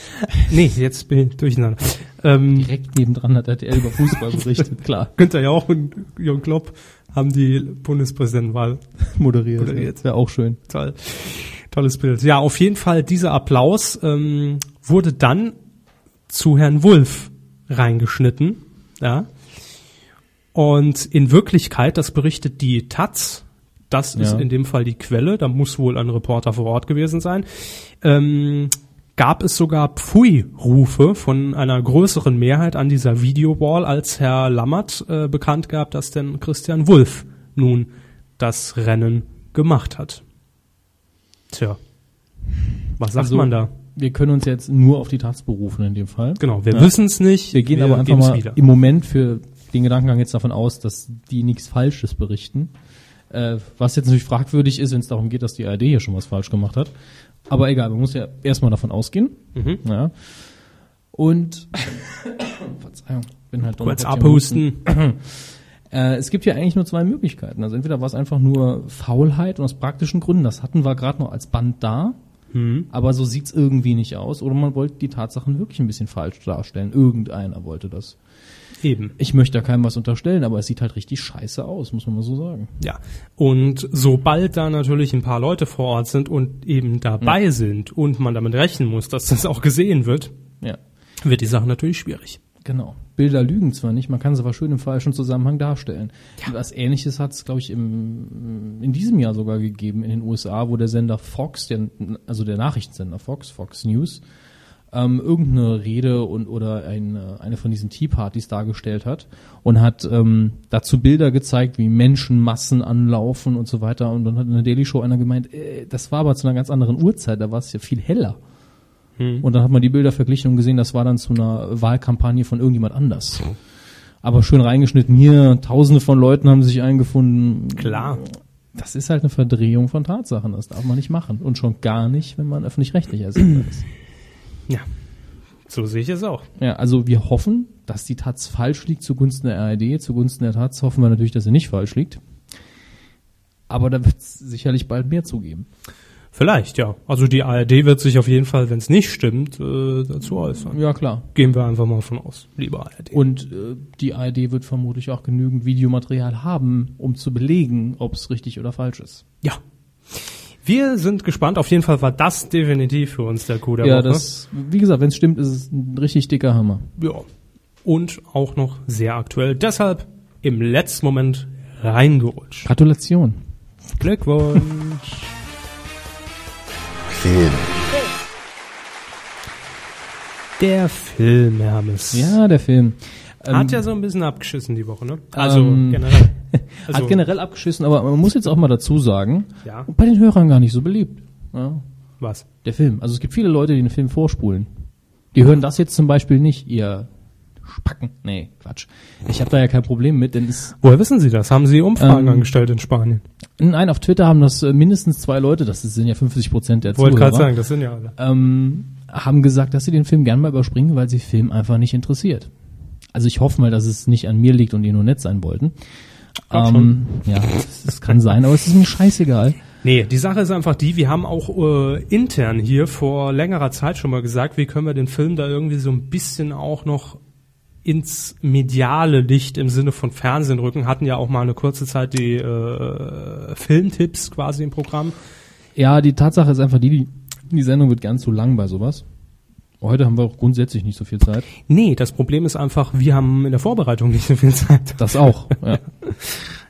A: Nee, jetzt bin ich durcheinander. Ähm,
B: Direkt nebendran hat RTL über Fußball berichtet, klar.
A: Günther Jauch und Jürgen Klopp haben die Bundespräsidentenwahl
B: Moderiert.
A: Moderiert.
B: Wäre auch schön.
A: Toll. Tolles Bild. Ja, auf jeden Fall, dieser Applaus ähm, wurde dann zu Herrn Wulff reingeschnitten. Ja. Und in Wirklichkeit, das berichtet die Taz, das ist
B: Ja.
A: in dem Fall die Quelle, da muss wohl ein Reporter vor Ort gewesen sein, ähm, gab es sogar Pfui-Rufe von einer größeren Mehrheit an dieser Videowall, als Herr Lammert äh, bekannt gab, dass denn Christian Wulff nun das Rennen gemacht hat. Tja, was sagt
B: Also-
A: man da?
B: Wir können uns jetzt nur auf die Taz berufen in dem Fall.
A: Genau, wir
B: Ja.
A: wissen es nicht.
B: Wir gehen aber einfach
A: geben's
B: mal
A: wieder.
B: im Moment für den Gedankengang jetzt davon aus, dass die nichts Falsches berichten. Äh, was jetzt natürlich fragwürdig ist, wenn es darum geht, dass die ARD hier schon was falsch gemacht hat. Aber egal, man muss ja erstmal davon ausgehen.
A: Mhm.
B: Ja. Und Verzeihung, bin halt
A: kurz
B: doch noch auf dem Husten.
A: abhusten.
B: Äh, es gibt ja eigentlich nur zwei Möglichkeiten. Also entweder war es einfach nur Faulheit und aus praktischen Gründen. Das hatten wir gerade noch als Band da.
A: Mhm.
B: Aber so sieht's irgendwie nicht aus. Oder man wollte die Tatsachen wirklich ein bisschen falsch darstellen. Irgendeiner wollte das.
A: Eben,
B: Ich möchte da keinem was unterstellen, aber es sieht halt richtig scheiße aus, muss man mal so sagen.
A: ja. Und sobald da natürlich ein paar Leute vor Ort sind und eben dabei sind und man damit rechnen muss, dass das auch gesehen wird,
B: Ja,
A: wird die Sache natürlich schwierig.
B: genau. Bilder lügen zwar nicht, man kann sie aber schön im falschen Zusammenhang darstellen. Was ähnliches hat's, glaub glaube ich, im, in diesem Jahr sogar gegeben in den USA, wo der Sender Fox, der, also der Nachrichtensender Fox, Fox News, ähm, irgendeine Rede und oder eine, eine von diesen Tea Partys dargestellt hat und hat ähm, dazu Bilder gezeigt, wie Menschenmassen anlaufen und so weiter. Und dann hat in der Daily Show einer gemeint, äh, das war aber zu einer ganz anderen Uhrzeit, da war es ja viel heller. Und dann hat man die Bilder verglichen und gesehen, das war dann zu einer Wahlkampagne von irgendjemand anders. Aber schön reingeschnitten hier, tausende von Leuten haben sich eingefunden.
A: Klar.
B: Das ist halt eine Verdrehung von Tatsachen, das darf man nicht machen. Und schon gar nicht, wenn man öffentlich-rechtlicher Sender ist.
A: Ja. So sehe ich es auch.
B: Ja, also wir hoffen, dass die Taz falsch liegt zugunsten der ARD. Zugunsten der Taz hoffen wir natürlich, dass sie nicht falsch liegt. Aber da wird es sicherlich bald mehr zugeben.
A: Vielleicht, ja. Also die ARD wird sich auf jeden Fall, wenn es nicht stimmt, äh, dazu äußern.
B: Ja, klar.
A: Gehen wir einfach mal von aus, liebe ARD.
B: Und äh, die ARD wird vermutlich auch genügend Videomaterial haben, um zu belegen, ob es richtig oder falsch ist.
A: Ja. Wir sind gespannt. Auf jeden Fall war das definitiv für uns der Coup der
B: ja,
A: Woche.
B: das, wie gesagt, wenn es stimmt, ist es ein richtig dicker Hammer.
A: Ja. Und auch noch sehr aktuell. Deshalb im letzten Moment reingerutscht.
B: Gratulation.
A: Glückwunsch.
D: Film.
A: Der Film, Hermes.
B: Ja, der Film. Ähm,
A: Hat ja so ein bisschen abgeschissen die Woche, ne? Also
B: Ähm,
A: generell. Also,
B: hat generell abgeschissen, aber man muss jetzt auch mal dazu sagen,
A: Ja.
B: bei den Hörern gar nicht so beliebt. Ja,
A: was?
B: Der Film. Also es gibt viele Leute, die den Film vorspulen. Die hören das jetzt zum Beispiel nicht, ihr Spacken. Nee, Quatsch. Ich habe da ja kein Problem mit, denn es,
A: Woher wissen Sie das? Haben Sie Umfragen
B: Ähm,
A: angestellt in Spanien?
B: nein, auf Twitter haben das äh, mindestens zwei Leute, das sind ja 50 Prozent der
A: Wollte
B: Zuhörer,
A: gerade sagen, das sind ja alle.
B: Ähm, haben gesagt, dass sie den Film gern mal überspringen, weil sie Film einfach nicht interessiert. Also ich hoffe mal, dass es nicht an mir liegt und die nur nett sein wollten. Ähm, ja, es es kann sein, aber es ist mir scheißegal.
A: Nee, die Sache ist einfach die, wir haben auch äh, intern hier vor längerer Zeit schon mal gesagt, wie können wir den Film da irgendwie so ein bisschen auch noch ins mediale Licht im Sinne von Fernsehen rücken, hatten ja auch mal eine kurze Zeit die äh, Filmtipps quasi im Programm.
B: Ja, die Tatsache ist einfach die, die, die Sendung wird gern zu lang bei sowas. Heute haben wir auch grundsätzlich nicht so viel Zeit.
A: Nee, das Problem ist einfach, wir haben in der Vorbereitung nicht so viel Zeit.
B: Das auch. Ja.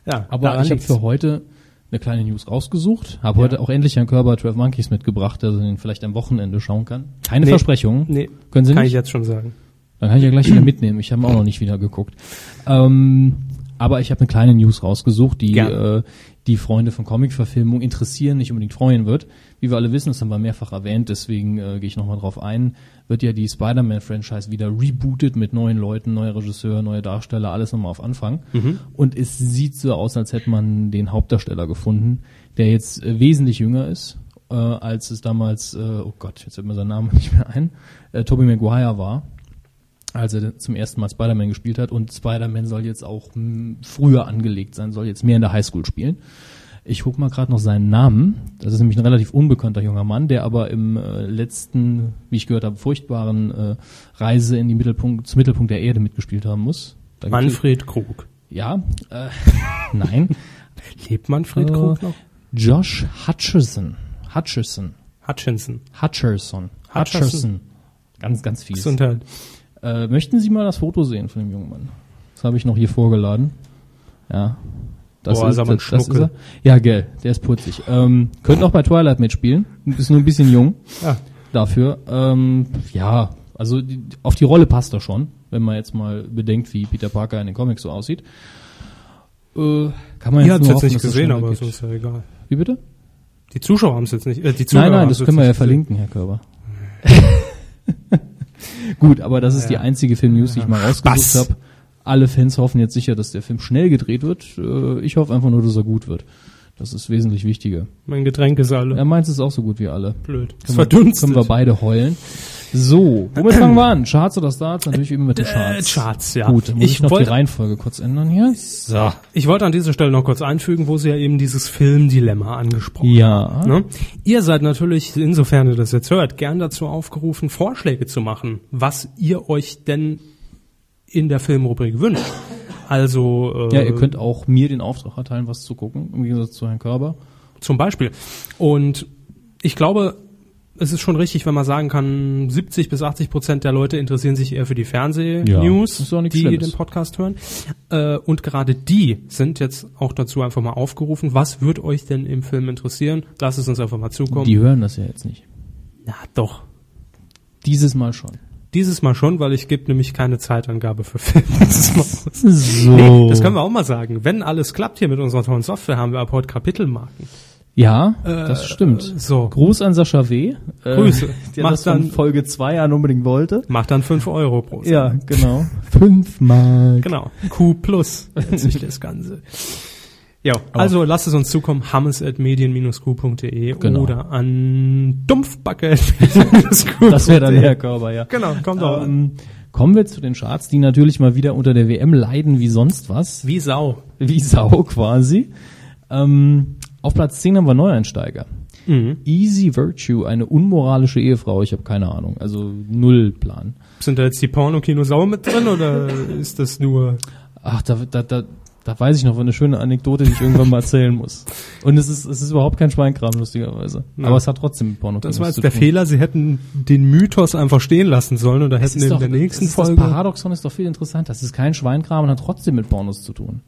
A: Ja,
B: Aber
A: daran
B: ich habe
A: liegt's.
B: für heute eine kleine News rausgesucht. Habe heute auch endlich Herrn Körber 12 Monkeys mitgebracht, dass er den vielleicht am Wochenende schauen kann. Keine
A: Nee.
B: Versprechungen.
A: Nee,
B: Können Sie
A: kann ich
B: nicht?
A: jetzt schon sagen.
B: Dann kann ich ja gleich wieder mitnehmen. Ich habe auch noch nicht wieder geguckt. Ähm, aber ich habe eine kleine News rausgesucht, die
A: Gerne.
B: äh, die Freunde von Comic-Verfilmung interessieren, nicht unbedingt freuen wird. Wie wir alle wissen, das haben wir mehrfach erwähnt, deswegen äh, gehe ich nochmal drauf ein, wird ja die Spider-Man-Franchise wieder rebootet mit neuen Leuten, neuer Regisseur, neue Darsteller, alles nochmal auf Anfang. Und es sieht so aus, als hätte man den Hauptdarsteller gefunden, der jetzt äh, wesentlich jünger ist, äh, als es damals, äh, oh Gott, jetzt fällt mir sein Name nicht mehr ein, äh, Tobey Maguire war, als er zum ersten Mal Spider-Man gespielt hat. Und Spider-Man soll jetzt auch mh, früher angelegt sein, soll jetzt mehr in der Highschool spielen. Ich guck mal gerade noch seinen Namen. Das ist nämlich ein relativ unbekannter junger Mann, der aber im äh, letzten, wie ich gehört habe, furchtbaren äh, Reise in die Mittelpunkt, zum Mittelpunkt der Erde mitgespielt haben muss. Da gibt's-
A: Manfred Krug.
B: Ja, äh, nein.
A: Lebt Manfred
B: Äh,
A: Krug noch?
B: Josh Hutcherson. Hutcherson.
A: Hutchinson.
B: Hutcherson.
A: Hutcherson.
B: Ganz, ganz fies.
A: Gesundheit.
B: Äh, möchten Sie mal das Foto sehen von dem jungen Mann? Das habe ich noch hier vorgeladen. Ja. Das
A: Boah, ist aber ein
B: das, das ist
A: Schnuckel.
B: er. Ja, gell, der ist putzig. Ähm, könnte auch bei Twilight mitspielen. Ist nur ein bisschen jung
A: Ah,
B: dafür. Ähm, ja, also die, auf die Rolle passt er schon, wenn man jetzt mal bedenkt, wie Peter Parker in den Comics so aussieht. Äh, kann man
A: ihr
B: jetzt
A: habt es
B: nur
A: jetzt
B: hoffen,
A: nicht
B: dass es
A: gesehen,
B: schneller
A: aber
B: geht.
A: es ist ja egal.
B: Wie bitte?
A: Die Zuschauer haben es jetzt nicht. Äh, die Zuhörer
B: Nein, nein,
A: haben's
B: das
A: jetzt
B: können wir
A: nicht
B: ja
A: gesehen.
B: verlinken, Herr Körber. Gut, aber das ist
A: Ja.
B: die einzige Film-News, die ich mal rausgesucht
A: Spaß.
B: habe. Alle Fans hoffen jetzt sicher, dass der Film schnell gedreht wird. Äh, Ich hoffe einfach nur, dass er gut wird. Das ist wesentlich wichtiger.
A: Mein Getränk ist alle.
B: Er meint es auch so gut wie alle.
A: Blöd. Es
B: Können wir-
A: verdunstet.
B: Können wir beide heulen. So, womit fangen wir an? Charts oder Starts? Natürlich wie immer mit den Charts.
A: Äh, Charts, ja.
B: Gut, dann muss ich,
A: Ich
B: noch die
A: wollte-
B: Reihenfolge kurz ändern hier. So.
A: Ich wollte an dieser Stelle noch kurz einfügen, wo Sie ja eben dieses Filmdilemma angesprochen
B: Ja.
A: Ne? Ihr seid natürlich, insofern ihr das jetzt hört, gern dazu aufgerufen, Vorschläge zu machen, was ihr euch denn in der Filmrubrik wünscht. Also äh,
B: Ja, ihr könnt auch mir den Auftrag erteilen, was zu gucken, im Gegensatz zu Herrn Körber.
A: zum Beispiel. Und ich glaube, es ist schon richtig, wenn man sagen kann, 70 bis 80 Prozent der Leute interessieren sich eher für die
B: Ja,
A: Fernseh-News,
B: ist auch nichts
A: die
B: Schlimmes.
A: den Podcast hören. Äh, Und gerade die sind jetzt auch dazu einfach mal aufgerufen, was wird euch denn im Film interessieren? Lasst es uns einfach mal zukommen.
B: Die hören das ja jetzt nicht.
A: Na doch.
B: Dieses Mal schon.
A: Dieses Mal schon, weil ich gebe nämlich keine Zeitangabe für Filme.
B: So.
A: Nee, das können wir auch mal sagen. Wenn alles klappt hier mit unserer tollen Software, haben wir ab heute Kapitelmarken.
B: Ja, das stimmt.
A: so.
B: Gruß an Sascha W. äh,
A: Grüße.
B: Der
A: Mach
B: das von
A: dann-
B: Folge 2 an unbedingt wollte.
A: Macht dann 5 Euro pro Seite.
B: Ja, genau. Fünfmal.
A: Genau. Q plus nennt sich das Ganze. Ja, also lasst es uns zukommen, hammes.medien-q.de
B: Genau.
A: oder an dumpfbacke.q.de.
B: Das wäre dann Herr Körber, ja.
A: Genau, kommt auch an.
B: Ähm, kommen wir zu den Charts, die natürlich mal wieder unter der WM leiden wie sonst was.
A: Wie Sau.
B: Wie Sau quasi. Ähm, auf Platz 10 haben wir Neueinsteiger. Mhm. Easy Virtue, eine unmoralische Ehefrau. Ich habe keine Ahnung. Also null Plan.
A: Sind da jetzt die Porno-Kino-Sau mit drin oder ist das nur...
B: Ach, da, da, da, da weiß ich noch eine schöne Anekdote, die ich irgendwann mal erzählen muss. Und es ist, es ist überhaupt kein Schweinkram, lustigerweise. Aber es hat trotzdem mit Porno
A: Das war jetzt der Fehler, sie hätten den Mythos einfach stehen lassen sollen und da hätten
B: Ist
A: in
B: doch,
A: der nächsten
B: ist Das
A: Folge.
B: Paradoxon ist doch viel interessanter. Das ist kein Schweinkram und hat trotzdem mit Pornos zu tun.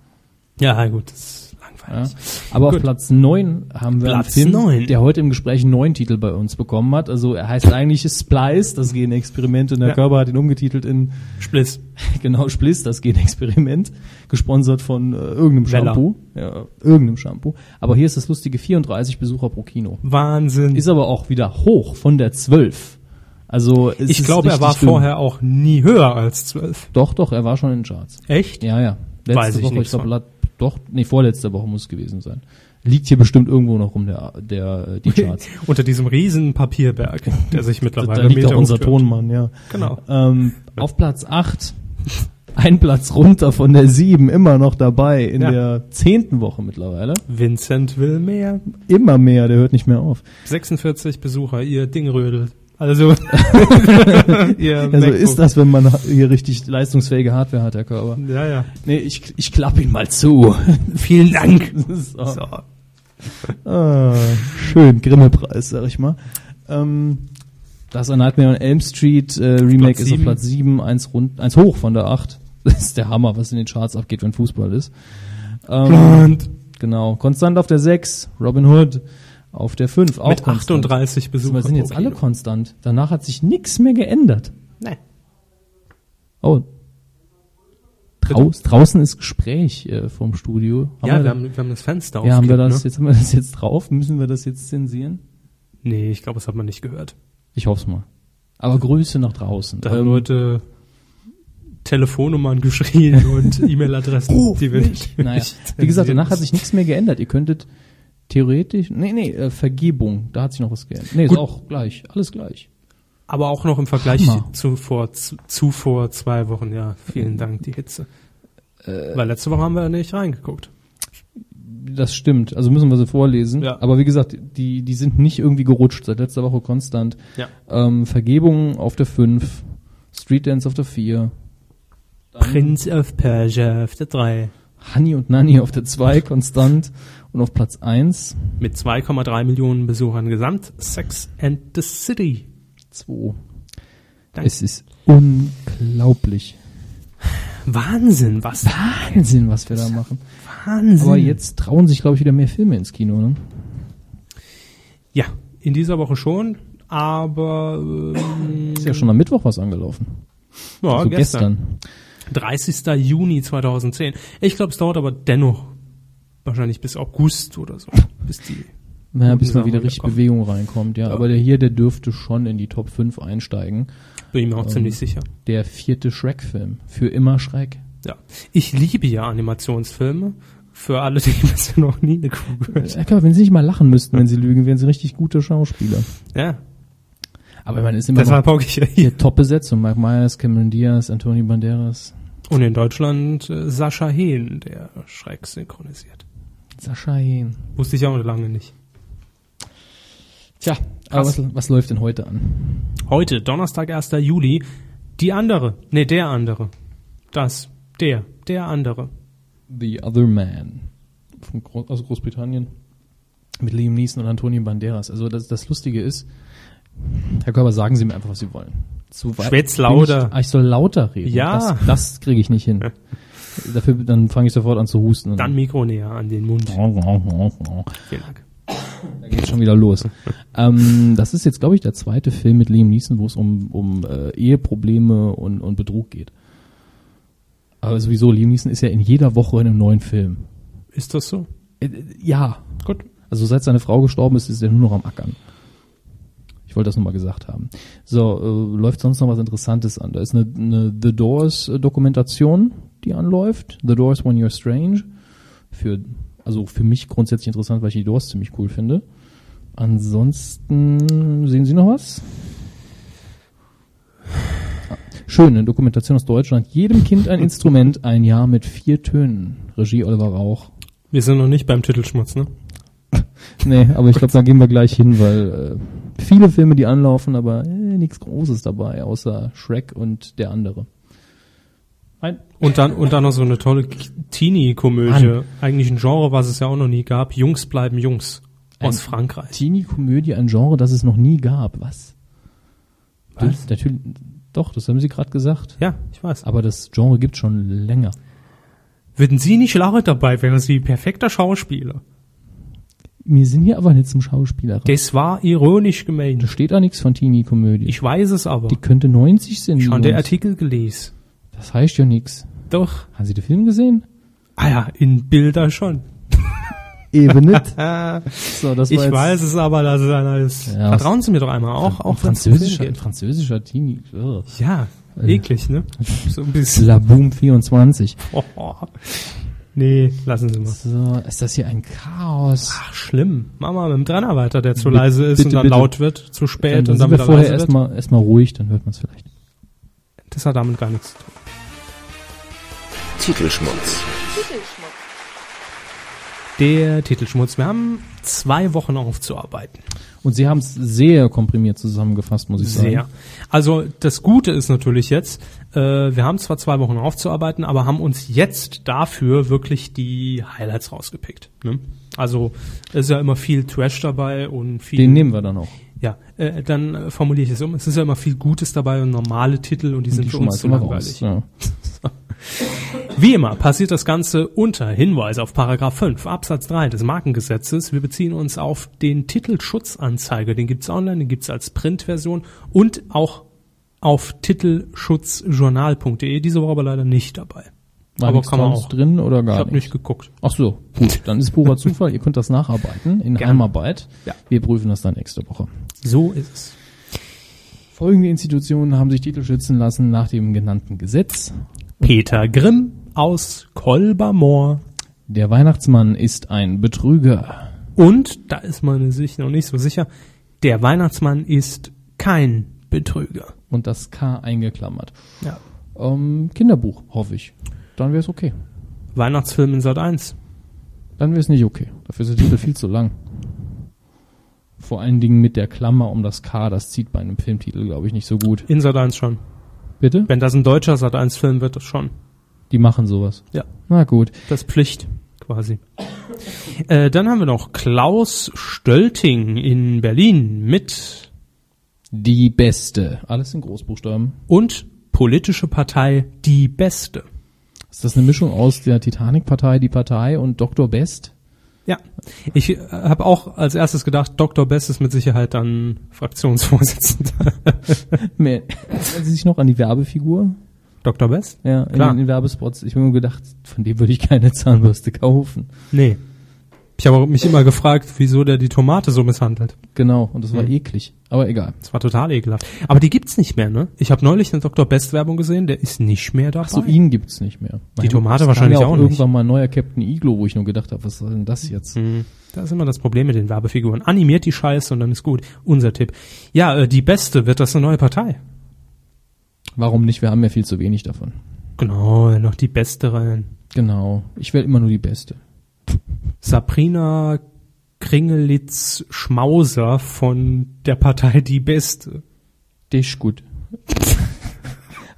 A: Ja, ja, gut, das ist
B: Ja?
A: langweilig.
B: Aber auf
A: Gut.
B: Platz 9 haben wir
A: Platz
B: einen Film,
A: neun.
B: der heute im Gespräch einen neuen Titel bei uns bekommen hat. Also er heißt eigentlich Splice, das Genexperiment und der
A: Ja.
B: Körper hat ihn umgetitelt in
A: Spliss.
B: genau Spliss, das Genexperiment, gesponsert von äh, irgendeinem
A: Weller.
B: Shampoo. Ja, irgendeinem Shampoo. Aber hier ist das lustige 34 Besucher pro Kino.
A: Wahnsinn.
B: Ist aber auch wieder hoch von der 12. Also es
A: ich
B: ist
A: glaube, er
B: richtig
A: war
B: dünn.
A: vorher auch nie höher als zwölf.
B: Doch, doch, er war schon in den Charts.
A: Echt?
B: Ja, ja. Letzte
A: Weiß ich
B: Woche, ich
A: nichts
B: glaube,
A: von.
B: lat- doch, nee, vorletzte Woche muss es gewesen sein. Liegt hier bestimmt irgendwo noch rum, der, der, äh, die Charts.
A: Unter diesem riesen Papierberg, der sich mittlerweile
B: da liegt auch
A: Meter
B: unser
A: hoch tut.
B: Tonmann, ja.
A: Genau.
B: Ähm, auf Platz 8, ein Platz runter von der 7, immer noch dabei, in
A: Ja.
B: der zehnten Woche mittlerweile.
A: Vincent will mehr.
B: Immer mehr, der hört nicht mehr auf.
A: 46 Besucher, ihr Dingrödel. Also, ihr
B: Ja, so
A: MacBook.
B: Also ist das, wenn man hier richtig leistungsfähige Hardware hat, Herr Körber.
A: Ja, ja.
B: Nee, ich, ich klappe ihn mal zu.
A: Vielen Dank.
B: so.
A: So.
B: Ah, schön, Grimme-Preis, sag ich mal. Ähm, das an Nightmare on Elm Street äh, Remake
A: Platz
B: ist auf
A: sieben.
B: Platz 7, eins, rund, eins hoch von der 8. Das ist der Hammer, was in den Charts abgeht, wenn Fußball ist. Ähm,
A: Und
B: genau, konstant auf der 6, Robin Hood auf der 5. Auch
A: mit
B: konstant.
A: 38 Besucher.
B: Wir sind jetzt
A: pro
B: alle
A: Kino.
B: konstant. Danach hat sich nichts mehr geändert.
A: Nee.
B: Oh. Draus, draußen ist Gespräch äh, vom Studio.
A: Ja, wir
B: da-
A: haben, wir haben das Fenster ne?
B: ja, haben wir
A: aufgekippt,
B: das, jetzt haben wir das jetzt drauf? Müssen wir das jetzt zensieren?
A: Ne? Nee, ich glaube, das hat man nicht gehört.
B: Ich hoff's mal. Aber Grüße nach draußen.
A: Da haben Leute Telefonnummern geschrien und E-Mail-Adressen, die wir nicht.
B: naja. Wie gesagt, danach hat sich nichts mehr geändert. Ihr könntet Theoretisch, nee, nee, äh, Vergebung, da hat sich noch was geändert. Nee,
A: Gut.
B: ist auch gleich, alles gleich.
A: Aber auch noch im Vergleich
B: Hammer. Äh.
A: zu vor, zu, zu vor zwei Wochen, ja. Vielen Dank, die Hitze. Weil letzte Woche haben wir nicht reingeguckt.
B: Das stimmt, also müssen wir sie vorlesen.
A: Ja.
B: Aber wie gesagt, die, die sind nicht irgendwie gerutscht, seit letzter Woche konstant.
A: Ja.
B: Ähm, Vergebung auf der 5, Street Dance auf der 4,
A: Prince of Persia auf der 3.
B: Honey und Nanny auf der 2 konstant und auf Platz 1,
A: Mit 2,3 Millionen Besuchern gesamt. Sex and the City.
B: 2.
A: Danke.
B: Es ist unglaublich.
A: Wahnsinn, was?
B: Wahnsinn, was wir da machen.
A: Wahnsinn.
B: Aber jetzt trauen sich, glaube ich, wieder mehr Filme ins Kino, ne?
A: Ja, in dieser Woche schon, aber ähm,
B: Ist ja schon am Mittwoch was angelaufen.
A: ja,
B: also
A: Oh, gestern.
B: gestern.
A: 30. Juni 2010. Ich glaube, es dauert aber dennoch wahrscheinlich bis August oder so. Bis die. oh,
B: Ja, bis
A: Guten
B: mal wieder
A: Sachen
B: richtig
A: wiederkommen.
B: Bewegung reinkommt, ja. Aber der hier, der dürfte schon in die Top 5 einsteigen.
A: Bin ich
B: Ähm.
A: mir auch ziemlich sicher.
B: Der vierte Shrek-Film. Für immer Shrek.
A: Ja. Ich liebe ja Animationsfilme. Für alle, die bisher noch nie eine Kuh gehört haben.
B: Ecker, wenn sie nicht mal lachen müssten, wenn sie lügen, wären sie richtig gute Schauspieler.
A: Ja,
B: Aber man ist immer noch
A: deshalb hocke ich ja hier.
B: hier Top-Besetzung. Mike Myers, Cameron Diaz, Anthony Banderas,
A: Und in Deutschland äh, Sascha Hehn, der Schreck synchronisiert.
B: Sascha Hehn.
A: Wusste ich auch lange nicht.
B: Tja, aber was, was läuft denn heute an?
A: Heute, Donnerstag, 1. Juli, die andere, nee, der andere. Das, der, der andere.
B: The Other Man. Von Gro aus Großbritannien. Mit Liam Neeson und Antonio Banderas. Also das, das Lustige ist, Herr Körber, sagen Sie mir einfach, was Sie wollen. Zu weit-
A: Schwätz lauter.
B: Bin Ich, ah, ich soll lauter reden.
A: Ja.
B: Das, das kriege ich nicht hin. Dafür, dann fange ich sofort an zu husten. und-
A: Dann Mikro näher an den Mund. Vielen Dank.
B: Da geht schon wieder los. ähm, das ist jetzt, glaube ich, der zweite Film mit Liam Neeson, wo es um, um äh, Eheprobleme und, und Betrug geht. Aber sowieso, Liam Neeson ist ja in jeder Woche in einem neuen Film.
A: Ist das so?
B: Äh, Ja.
A: Gut.
B: Also seit seine Frau gestorben ist, ist er nur noch am Ackern. Ich wollte das nur mal gesagt haben. So, äh, läuft sonst noch was Interessantes an. Da ist eine, eine The Doors äh, Dokumentation, die anläuft. The Doors When You're Strange. Für, also für mich grundsätzlich interessant, weil ich die Doors ziemlich cool finde. Ansonsten sehen Sie noch was? Ah, Schön, eine Dokumentation aus Deutschland. Jedem Kind ein Instrument, ein Jahr mit vier Tönen. Regie Oliver Rauch.
A: Wir sind noch nicht beim Titelschmutz, ne?
B: Nee, aber ich glaube, da gehen wir gleich hin, weil äh, viele Filme, die anlaufen, aber äh, nichts Großes dabei, außer Shrek und der andere. Ein
A: Und dann, und dann noch so eine tolle K- Teenie-Komödie. Eigentlich ein Genre, was es ja auch noch nie gab. Jungs bleiben Jungs. Aus
B: Ein
A: Frankreich.
B: Teenie-Komödie, ein Genre, das es noch nie gab. Was?
A: Was?
B: Natürlich, doch, das haben Sie gerade gesagt.
A: Ja, ich weiß.
B: Aber das Genre gibt schon länger.
A: Würden Sie nicht lachen dabei, wäre Sie perfekter Schauspieler.
B: Wir sind hier aber nicht zum Schauspieler. Da
A: Das war ironisch gemeint.
B: steht da nichts von Teenie-Komödie.
A: Ich weiß es aber.
B: Die könnte 90 sind.
A: Ich
B: die
A: habe den
B: Jungs.
A: Artikel gelesen.
B: das heißt ja nichts.
A: Doch.
B: Haben Sie den Film gesehen?
A: Ah ja, in Bilder schon.
B: Eben nicht. Ah, so, das
A: Ich weiß es aber, dass es einer ist.
B: Ja,
A: Vertrauen Sie mir doch einmal, auch, auch
B: auch
A: wenn's um
B: französischer,
A: Film
B: ein
A: geht.
B: französischer Teenie. Ugh.
A: Ja, eklig, ne? So ein bisschen.
B: La Boom 24.
A: Oh, oh. Nee, lassen Sie mal.
B: So, ist das hier ein Chaos?
A: Ach, schlimm. Mach mal mit dem Trenner weiter, der zu
B: Bitte,
A: leise ist und
B: bitte,
A: dann
B: bitte.
A: laut wird, zu spät und
B: sind
A: dann
B: wir
A: wieder
B: vorher
A: leise wird.
B: erstmal erstmal ruhig, dann hört man es vielleicht.
A: Das hat damit gar nichts zu tun.
D: Titelschmutz.
A: Der Titelschmutz. Wir haben zwei Wochen aufzuarbeiten.
B: Und sie haben es sehr komprimiert zusammengefasst, muss ich sagen.
A: Sehr. Also das Gute ist natürlich jetzt, äh, wir haben zwar zwei Wochen aufzuarbeiten, aber haben uns jetzt dafür wirklich die Highlights rausgepickt. Ne? Also es ist ja immer viel Trash dabei und viel.
B: Den nehmen wir dann auch.
A: Ja, äh, dann äh, formuliere ich es um. Es ist ja immer viel Gutes dabei und normale Titel und die sind
B: Die
A: für uns zu
B: schmeißen wir raus.
A: langweilig.
B: Ja.
A: Wie immer passiert das Ganze unter Hinweis auf Paragraph 5 Absatz 3 des Markengesetzes. Wir beziehen uns auf den Titelschutzanzeiger. Den gibt's online, den gibt's als Printversion und auch auf titelschutzjournal.de. Diese Woche aber leider nicht dabei.
B: War
A: aber
B: nichts
A: kann man
B: Tolles
A: auch.
B: drin oder
A: Ich
B: gar
A: habe
B: nichts?
A: nicht geguckt.
B: Ach so, gut, dann ist purer Zufall. Ihr könnt das nacharbeiten in
A: Gerne.
B: Heimarbeit.
A: Ja.
B: Wir prüfen das dann nächste Woche.
A: So ist es.
B: Folgende Institutionen haben sich Titel schützen lassen nach dem genannten Gesetz.
A: Peter Grimm aus Kolbermoor.
B: Der Weihnachtsmann ist ein Betrüger.
A: Und, da ist man sich noch nicht so sicher, der Weihnachtsmann ist kein Betrüger.
B: Und das K eingeklammert.
A: Ja.
B: Ähm, Kinderbuch, hoffe ich. Dann wäre es okay.
A: Weihnachtsfilm in Sat 1.
B: Dann wäre es nicht okay. Dafür ist der Titel viel zu lang. Vor allen Dingen mit der Klammer um das K, das zieht bei einem Filmtitel, glaube ich, nicht so gut.
A: In Sat 1 schon.
B: Bitte?
A: Wenn das ein deutscher Sat 1 Film wird, das schon.
B: Die machen sowas.
A: Ja.
B: Na gut.
A: Das ist Pflicht quasi. Äh, dann haben wir noch Klaus Stölting in Berlin mit
B: Die beste. Alles in Großbuchstaben.
A: und politische Partei Die Beste.
B: Ist das eine Mischung aus der Titanic-Partei, die Partei und Dr. Best?
A: Ja, ich äh, habe auch als erstes gedacht, Dr. Best ist mit Sicherheit dann Fraktionsvorsitzender.
B: Nee. Erinnern Sie sich noch an die Werbefigur?
A: Dr. Best?
B: Ja,
A: Klar.
B: in den Werbespots. Ich habe mir gedacht, von dem würde ich keine Zahnbürste kaufen.
A: Nee. Ich habe mich immer gefragt, wieso der die Tomate so misshandelt.
B: Genau, und das war eklig. Aber egal.
A: Das war total ekelhaft. Aber die gibt's nicht mehr, ne? Ich habe neulich eine Dr. Best Werbung gesehen, der ist nicht mehr dabei.
B: So ihn gibt's nicht mehr. Mein
A: Tomate
B: Gott, es kam
A: wahrscheinlich
B: ja
A: auch nicht.
B: irgendwann mal ein neuer Captain Iglo, wo ich nur gedacht habe, was soll denn das jetzt?
A: Mhm. Da ist immer das Problem mit den Werbefiguren. Animiert die Scheiße und dann ist gut. Unser Tipp. Ja, äh, die beste wird das eine neue Partei.
B: Warum nicht? Wir haben ja viel zu wenig davon.
A: Genau, noch die beste rein.
B: Genau. Ich wähle immer nur die beste.
A: Sabrina Kringelitz Schmauser von der Partei Die Beste.
B: Das ist gut.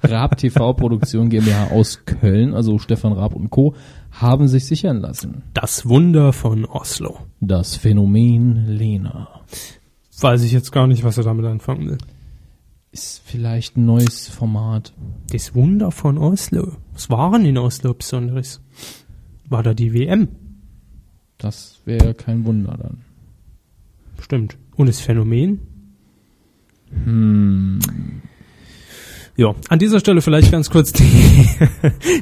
B: Raab TV Produktion GmbH aus Köln, also Stefan Raab und Co., haben sich sichern lassen.
A: Das Wunder von Oslo.
B: Das Phänomen Lena
A: Weiß ich jetzt gar nicht, was er damit anfangen will.
B: ist vielleicht ein neues Format.
A: Das Wunder von Oslo. Was waren in Oslo Besonderes? War da die WM?
B: Das wäre kein Wunder dann.
A: Stimmt. Und das Phänomen?
B: Hm.
A: Ja, an dieser Stelle vielleicht ganz kurz die,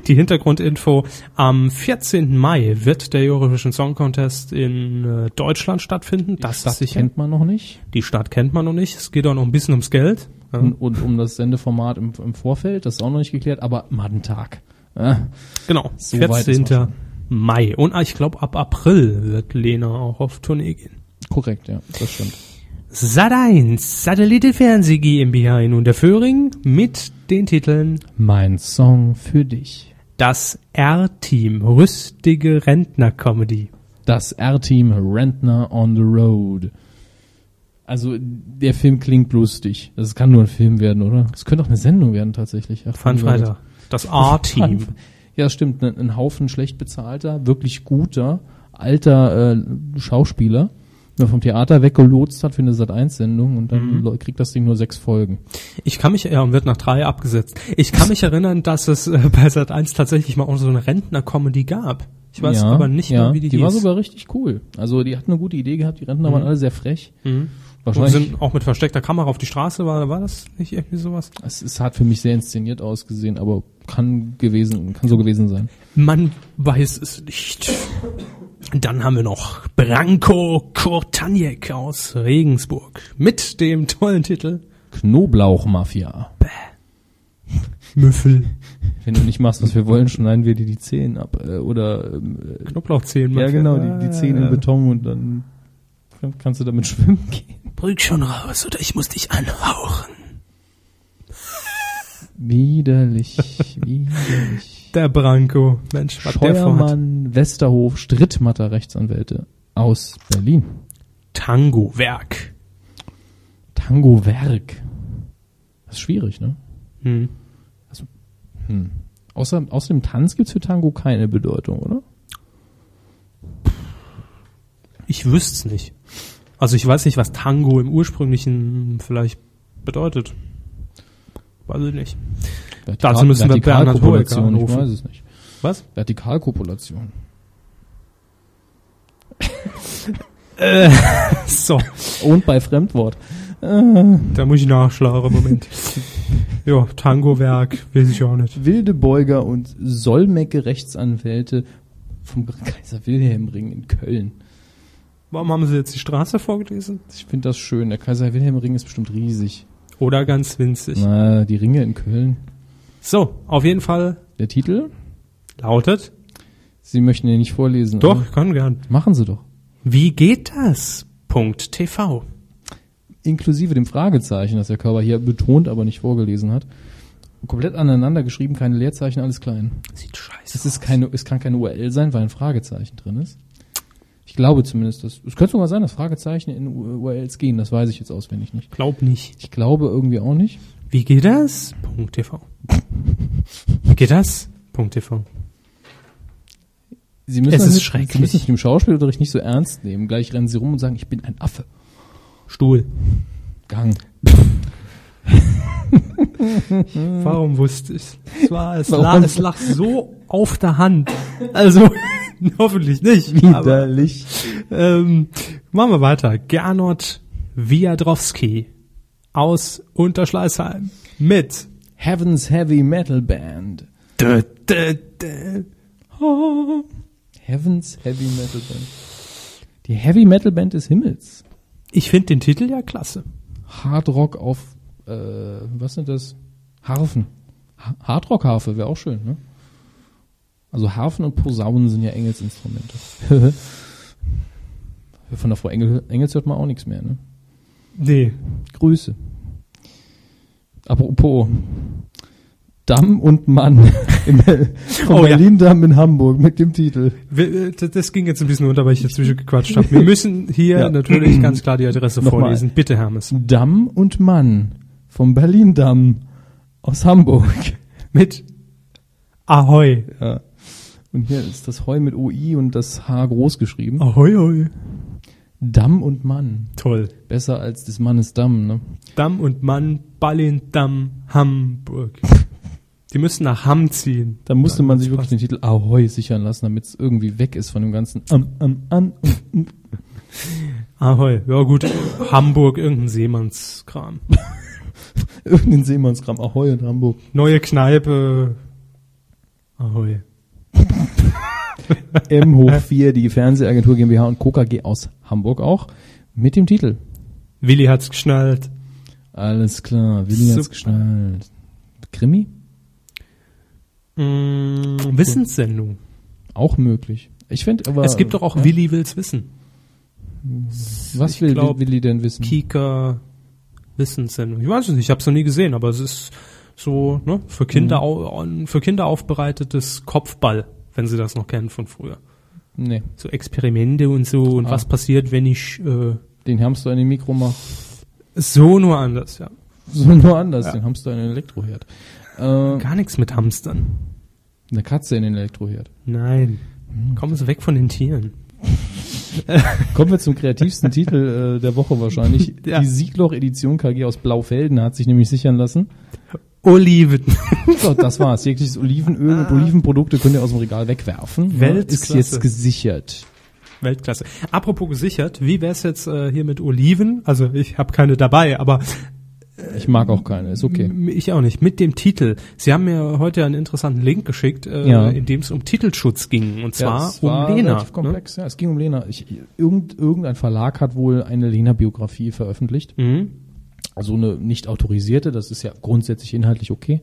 A: die Hintergrundinfo. Am 14. Mai wird der Eurovision Song Contest in äh, Deutschland stattfinden. das ist sicher.
B: kennt man noch nicht.
A: Die Stadt kennt man noch nicht. Es geht auch noch ein bisschen ums Geld. Ja.
B: Und, und um das Sendeformat im, im Vorfeld, das ist auch noch nicht geklärt, aber Ah. mal einen Tag. Ja,
A: Genau,
B: So weit ist man
A: 14. Mai. Und ah, ich glaube, ab April wird Lena auch auf Tournee gehen.
B: korrekt, ja, das stimmt.
A: Sat1, Satellitenfernseh GmbH in Unterföhring mit den Titeln
B: Mein Song für dich.
A: Das R-Team, rüstige Rentner-Comedy.
B: Das R-Team Rentner on the Road. Also, der Film klingt lustig. Das kann nur ein Film werden, oder? Es könnte auch eine Sendung werden, tatsächlich. Ach,
A: Fun
B: lieber
A: Friday.
B: Gott.
A: Das R-Team.
B: Ja, stimmt. Ein, ein Haufen schlecht bezahlter, wirklich guter, alter äh, Schauspieler, der vom Theater weggelotst hat für eine Sat1-Sendung und
A: Mhm.
B: dann lo- kriegt das Ding nur sechs Folgen.
A: Ich kann mich, ja, und wird nach drei abgesetzt. Ich kann mich erinnern, dass es äh, bei Sat1 tatsächlich mal auch so eine Rentner-Comedy gab. Ich weiß aber nicht mehr, wie die,
B: Die
A: hieß. Mhm.
B: war sogar richtig cool. Also die hat eine gute Idee gehabt, die Rentner waren alle sehr frech.
A: und
B: Wahrscheinlich.
A: sind auch mit versteckter Kamera auf die Straße, war, war das nicht irgendwie sowas?
B: Es, es hat für mich sehr inszeniert ausgesehen, aber kann gewesen, kann so gewesen sein.
A: Man weiß es nicht. Dann haben wir noch Branko Kortaniek aus Regensburg mit dem tollen Titel
B: Knoblauchmafia.
A: Müffel.
B: Wenn du nicht machst, was wir wollen, schneiden wir dir die Zehen ab. Äh, oder ähm,
A: Knoblauchzehen.
B: ja
A: Müffel.
B: genau, die, die Zehen
A: Ah.
B: in Beton und dann kann- kannst du damit schwimmen gehen.
A: Brück schon raus oder ich muss dich anhauchen.
B: Widerlich, widerlich.
A: Der Branko. Mensch, was der vorhat.
B: Scheuermann, Westerhof, Strittmatter Rechtsanwälte aus Berlin.
A: Tango-Werk.
B: Tango Werk. Das ist schwierig, ne?
A: Hm.
B: Also, hm. Außer, außer dem Tanz gibt's für Tango keine Bedeutung, oder?
A: Ich wüsste es nicht. Also ich weiß nicht, was Tango im ursprünglichen vielleicht bedeutet. Weiß ich nicht. Dazu müssen wir Bernhard Hoeker
B: Vertikalkopulation, ich
A: anrufen.
B: weiß es nicht.
A: Was?
B: Vertikalkopulation.
A: So,
B: Und bei Fremdwort.
A: da muss ich nachschlagen. Moment. ja, Tango-Werk, weiß ich auch nicht.
B: Wildebeuger und Solmecke Rechtsanwälte vom Kaiser Wilhelm Ring in Köln.
A: Warum haben sie jetzt die Straße vorgelesen?
B: Ich finde das schön. Der Kaiser Wilhelm Ring ist bestimmt riesig.
A: Oder ganz winzig.
B: Na, die Ringe in Köln.
A: So, auf jeden Fall
B: Der Titel?
A: lautet.
B: Sie möchten ihn nicht vorlesen.
A: Doch,
B: Oder?
A: kann gern.
B: Machen Sie doch.
A: Wie geht das? Punkt TV.
B: inklusive dem Fragezeichen, das der Körper hier betont, aber nicht vorgelesen hat. Komplett aneinander geschrieben, keine Leerzeichen, alles klein.
A: Sieht scheiße
B: Es ist keine, es kann keine URL sein, weil ein Fragezeichen drin ist. Ich glaube zumindest, dass, es könnte sogar sein, dass Fragezeichen in U- URLs gehen, das weiß ich jetzt auswendig nicht.
A: Glaub nicht.
B: Ich glaube irgendwie auch nicht.
A: Wie geht das? Punkt TV. Wie geht das? Punkt TV.
B: Sie müssen
A: Es ist
B: das mit- Sie
A: schrecklich.
B: müssen es im Schauspielunterricht nicht so ernst nehmen. Gleich rennen sie rum und sagen, ich bin ein Affe.
A: Stuhl.
B: Gang.
A: Warum wusste ich? Es war, es,
B: Hm. Warum?
A: la, es lag so auf der Hand. Also, hoffentlich nicht. Aber, ähm, machen wir weiter. Gernot Wiadrowski aus Unterschleißheim mit
B: Heaven's Heavy Metal Band.
A: dö, dö, dö.
B: Oh. Heaven's Heavy Metal Band. Die Heavy Metal Band des Himmels.
A: Ich finde den Titel ja klasse.
B: Hard Rock auf, äh, was sind das? Harfen. Ha- Hard Rock Harfe wäre auch schön, ne? Also Harfen und Posaunen sind ja Engelsinstrumente. Von der Frau Engel, Engels hört man auch nichts mehr, ne?
A: Nee.
B: Grüße. Apropos. Damm und Mann. Im, von
A: Oh, ja.
B: Berlin-Damm in Hamburg mit dem Titel.
A: Wir, äh, das- das ging jetzt ein bisschen unter, weil ich dazwischen gequatscht habe. Wir müssen hier
B: Ja.
A: natürlich ganz klar die Adresse
B: Nochmal.
A: vorlesen. Bitte, Hermes.
B: Damm und Mann. Vom Berlin-Damm aus Hamburg.
A: Mit Ahoi.
B: Ja. Und hier ist das Heu mit OI und das H groß geschrieben.
A: Ahoi, hoi.
B: Damm und Mann.
A: Toll.
B: Besser als des Mannes Damm, ne?
A: Damm und Mann, Ballindamm, Hamburg. Die müssen nach Hamm ziehen.
B: Da musste man sich
A: wird's
B: wirklich den Titel Ahoi sichern lassen, damit es irgendwie weg ist von dem ganzen Am, Am, An. um,
A: Ahoi. Ja gut, Hamburg, irgendein Seemannskram.
B: Irgendein Seemannskram. Ahoi und Hamburg.
A: Neue Kneipe. Ahoi.
B: M hoch 4, die Fernsehagentur GmbH und Coca G aus Hamburg auch. Mit dem Titel.
A: Willi hat's geschnallt.
B: Alles klar, Willi hat's
A: Super.
B: geschnallt. Krimi?
A: Mm, Wissenssendung.
B: Auch möglich. Ich finde aber.
A: Es gibt doch auch
B: ja,
A: Willi will's wissen.
B: Was
A: ich
B: will
A: glaub,
B: Willi denn wissen?
A: Kika Wissenssendung. Ich weiß es nicht, ich habe es noch nie gesehen, aber es ist so ne, für
B: Mhm.
A: Kinder au- on- für Kinder aufbereitetes Kopfball, wenn Sie das noch kennen von früher.
B: Nee,
A: So Experimente und so und
B: Ah.
A: was passiert, wenn ich äh,
B: den Hamster in dem Mikro macht.
A: so nur anders, ja.
B: So nur anders, den Hamster in den Elektroherd. Äh,
A: Gar nichts mit Hamstern.
B: eine Katze in den Elektroherd.
A: Nein.
B: Hm.
A: Kommen Sie weg von den Tieren.
B: Kommen wir zum kreativsten Titel äh, der Woche wahrscheinlich.
A: Ja.
B: Die Siegloch Edition KG aus Blaufelden hat sich nämlich sichern lassen.
A: Oliven.
B: So, das war's. Jegliches Olivenöl und Olivenprodukte könnt ihr aus dem Regal wegwerfen. ne? Ist
A: Ah. Weltklasse.
B: jetzt gesichert.
A: Weltklasse. Apropos gesichert, wie wär's jetzt äh, hier mit Oliven? Also ich habe keine dabei, aber
B: Ich mag auch keine, ist okay.
A: Ich auch nicht. Mit dem Titel. Sie haben mir heute einen interessanten Link geschickt, äh,
B: Ja.
A: in dem es um Titelschutz ging. Und
B: Ja,
A: zwar
B: es war
A: um Lena.
B: relativ
A: Ne?
B: komplex, ja. Es ging um Lena. Ich, irgend, irgendein Verlag hat wohl eine Lena-Biografie veröffentlicht.
A: Mhm.
B: Also eine nicht autorisierte, das ist ja grundsätzlich inhaltlich okay.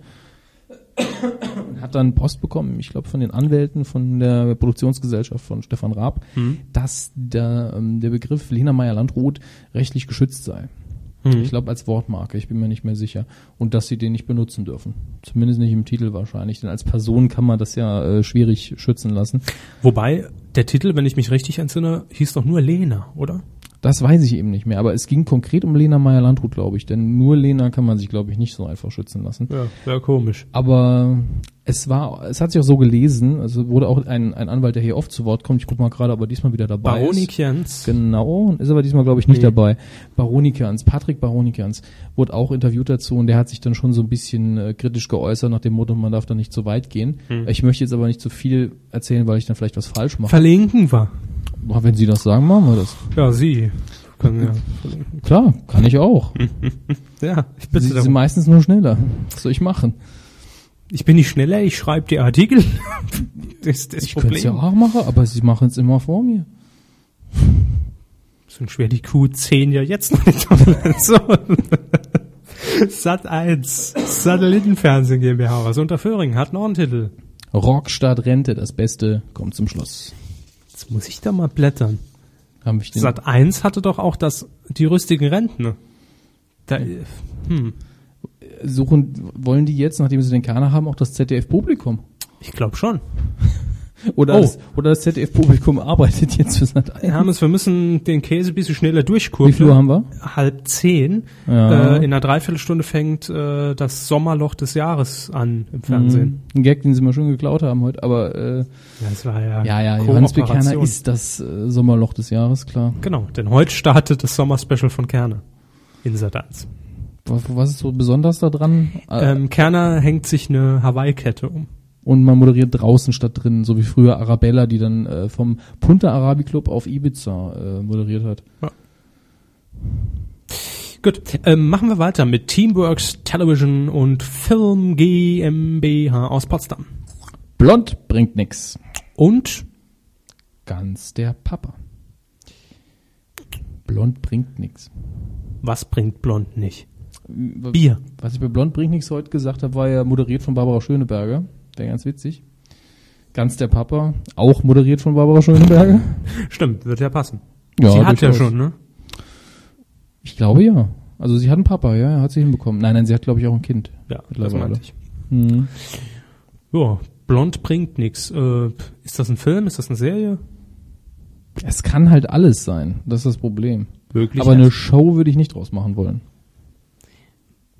B: Und Hat dann Post bekommen, ich glaube, von den Anwälten von der Produktionsgesellschaft von Stefan Raab,
A: Mhm.
B: dass der, ähm, der Begriff Lena Meyer-Landrut rechtlich geschützt sei.
A: Mhm.
B: Ich glaube, als Wortmarke, ich bin mir nicht mehr sicher. Und dass sie den nicht benutzen dürfen. Zumindest nicht im Titel wahrscheinlich, denn als Person kann man das ja äh, schwierig schützen lassen.
A: Wobei, der Titel, wenn ich mich richtig entsinne, hieß doch nur Lena, oder?
B: Das weiß ich eben nicht mehr, aber es ging konkret um Lena Meyer-Landrut, glaube ich, denn nur Lena kann man sich, glaube ich, nicht so einfach schützen lassen.
A: Ja, wäre komisch.
B: Aber es war, es hat sich auch so gelesen, also wurde auch ein, ein Anwalt, der hier oft zu Wort kommt, ich guck mal gerade, ob er diesmal wieder dabei ist.
A: Baronikians.
B: Genau, ist aber diesmal, glaube ich, nicht
A: Nee.
B: dabei. Baronikians, Patrick Baronikians wurde auch interviewt dazu und der hat sich dann schon so ein bisschen äh, kritisch geäußert nach dem Motto, man darf da nicht zu weit gehen.
A: Hm.
B: Ich möchte jetzt aber nicht zu viel erzählen, weil ich dann vielleicht was falsch mache.
A: Verlinken wir.
B: Aber wenn Sie das sagen, machen wir das.
A: Ja, Sie. Können ja.
B: Klar, kann ich auch.
A: ja, ich
B: Sie
A: bitte
B: sind
A: darum.
B: meistens nur schneller. Was soll ich machen?
A: Ich bin nicht schneller, ich schreibe die Artikel. das ist das
B: Ich könnte
A: Problem.
B: es ja auch machen, aber Sie machen es immer vor mir.
A: Sind schwer die Q10 ja jetzt noch nicht online. so. Sat 1, Satellitenfernsehen GmbH aus Unterföhring, hat noch einen Titel.
B: Rock statt Rente, das Beste kommt zum Schluss.
A: Jetzt muss ich da mal blättern.
B: Haben wir den
A: Sat 1 hatte doch auch das, die rüstigen Rentner. Da, hm,
B: suchen, wollen die jetzt, nachdem sie den Kana haben, auch das ZDF-Publikum?
A: ich glaube schon.
B: Oder,
A: Oh.
B: das, oder das ZDF-Publikum arbeitet jetzt für Sat 1?
A: Wir haben es, wir müssen den Käse ein bisschen schneller
B: Wie
A: durchkurbeln.
B: viel Uhr haben wir?
A: Halb zehn.
B: Ja.
A: Äh, in einer Dreiviertelstunde fängt äh, das Sommerloch des Jahres an im Fernsehen.
B: Ein Hm, Gag, den sie mal schön geklaut haben heute, aber äh,
A: Das war ja,
B: ja, ja,
A: Kooperation.
B: Johannes B. Kerner ist das äh, Sommerloch des Jahres, klar.
A: Genau, denn heute startet das Sommerspecial von Kerner in Satanz.
B: Was, was ist so besonders da dran? Äh,
A: Ähm, Kerner hängt sich eine Hawaii-Kette um.
B: Und man moderiert draußen statt drinnen, so wie früher Arabella, die dann äh, vom Punta Arabi Club auf Ibiza äh, moderiert hat.
A: Gut, ähm, machen wir weiter mit Teamworks Television und Film GmbH aus Potsdam.
B: Blond bringt nix.
A: Und
B: Ganz der Papa. Blond bringt nix.
A: was bringt blond nicht? Bier.
B: Was ich bei Blond bringt nichts heute gesagt habe, war ja moderiert von Barbara Schöneberger. Wäre ganz witzig. Ganz der Papa, auch moderiert von Barbara Schöneberger.
A: Stimmt, wird ja passen.
B: Ja,
A: Sie hat ja
B: durchaus.
A: schon, ne?
B: Ich glaube ja. Also sie hat einen Papa, ja, hat sie hinbekommen. Nein, nein, sie hat glaube ich auch ein Kind.
A: Ja, das
B: Mittlerweile. Mhm.
A: meinte ich. Ja, blond bringt nichts. Äh, ist das ein Film? Ist das eine Serie?
B: Es kann halt alles sein, das ist das Problem.
A: Möglich.
B: Aber eine Show würde ich nicht draus machen wollen.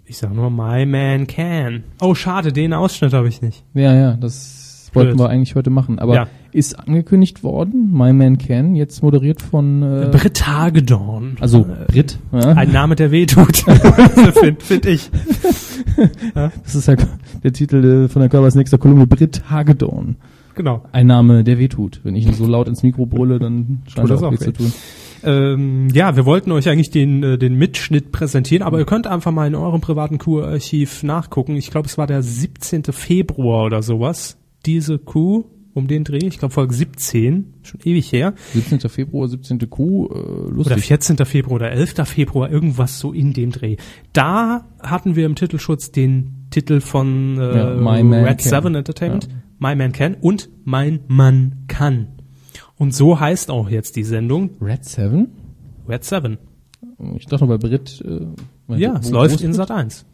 A: ich sag nur, My Man Can. Oh, schade, den Ausschnitt habe ich nicht.
B: Ja, ja, das wollten
A: Blöd.
B: wir eigentlich heute machen. Aber
A: Ja.
B: ist angekündigt worden, My Man Can, jetzt moderiert von äh,
A: Britt Hagedorn.
B: also Brit. Ja?
A: Äh, Ein Name, der weh tut. Finde find ich.
B: Das ist ja der Titel äh, von der Körpers nächster Kolumne, Brit Hagedorn.
A: Genau.
B: Ein Name, der wehtut. Wenn ich ihn so laut ins Mikro brülle, dann scheint
A: das
B: das auch
A: auch
B: weh zu
A: weh.
B: tun.
A: Ähm, ja, wir wollten euch eigentlich den, äh, den Mitschnitt präsentieren, aber ihr könnt einfach mal in eurem privaten Q-Archiv nachgucken. Ich glaube, es war der 17. Februar oder sowas. Diese Kuh um den Dreh, ich glaube Folge 17, schon ewig her.
B: 17. Februar, 17. Q, äh,
A: Oder
B: lustig.
A: 14. Februar oder 11. Februar, irgendwas so in dem Dreh. Da hatten wir im Titelschutz den Titel von äh,
B: Ja, My Man
A: Red
B: Can.
A: Seven Entertainment, My Man Can und Mein Mann kann. Und so heißt auch jetzt die Sendung
B: Red Seven?
A: Red Seven.
B: Ich dachte noch bei Brit. Äh, mein-
A: Ja,
B: wo-
A: es
B: wo
A: läuft
B: ist Ah.
A: in
B: Brit?
A: Sat 1.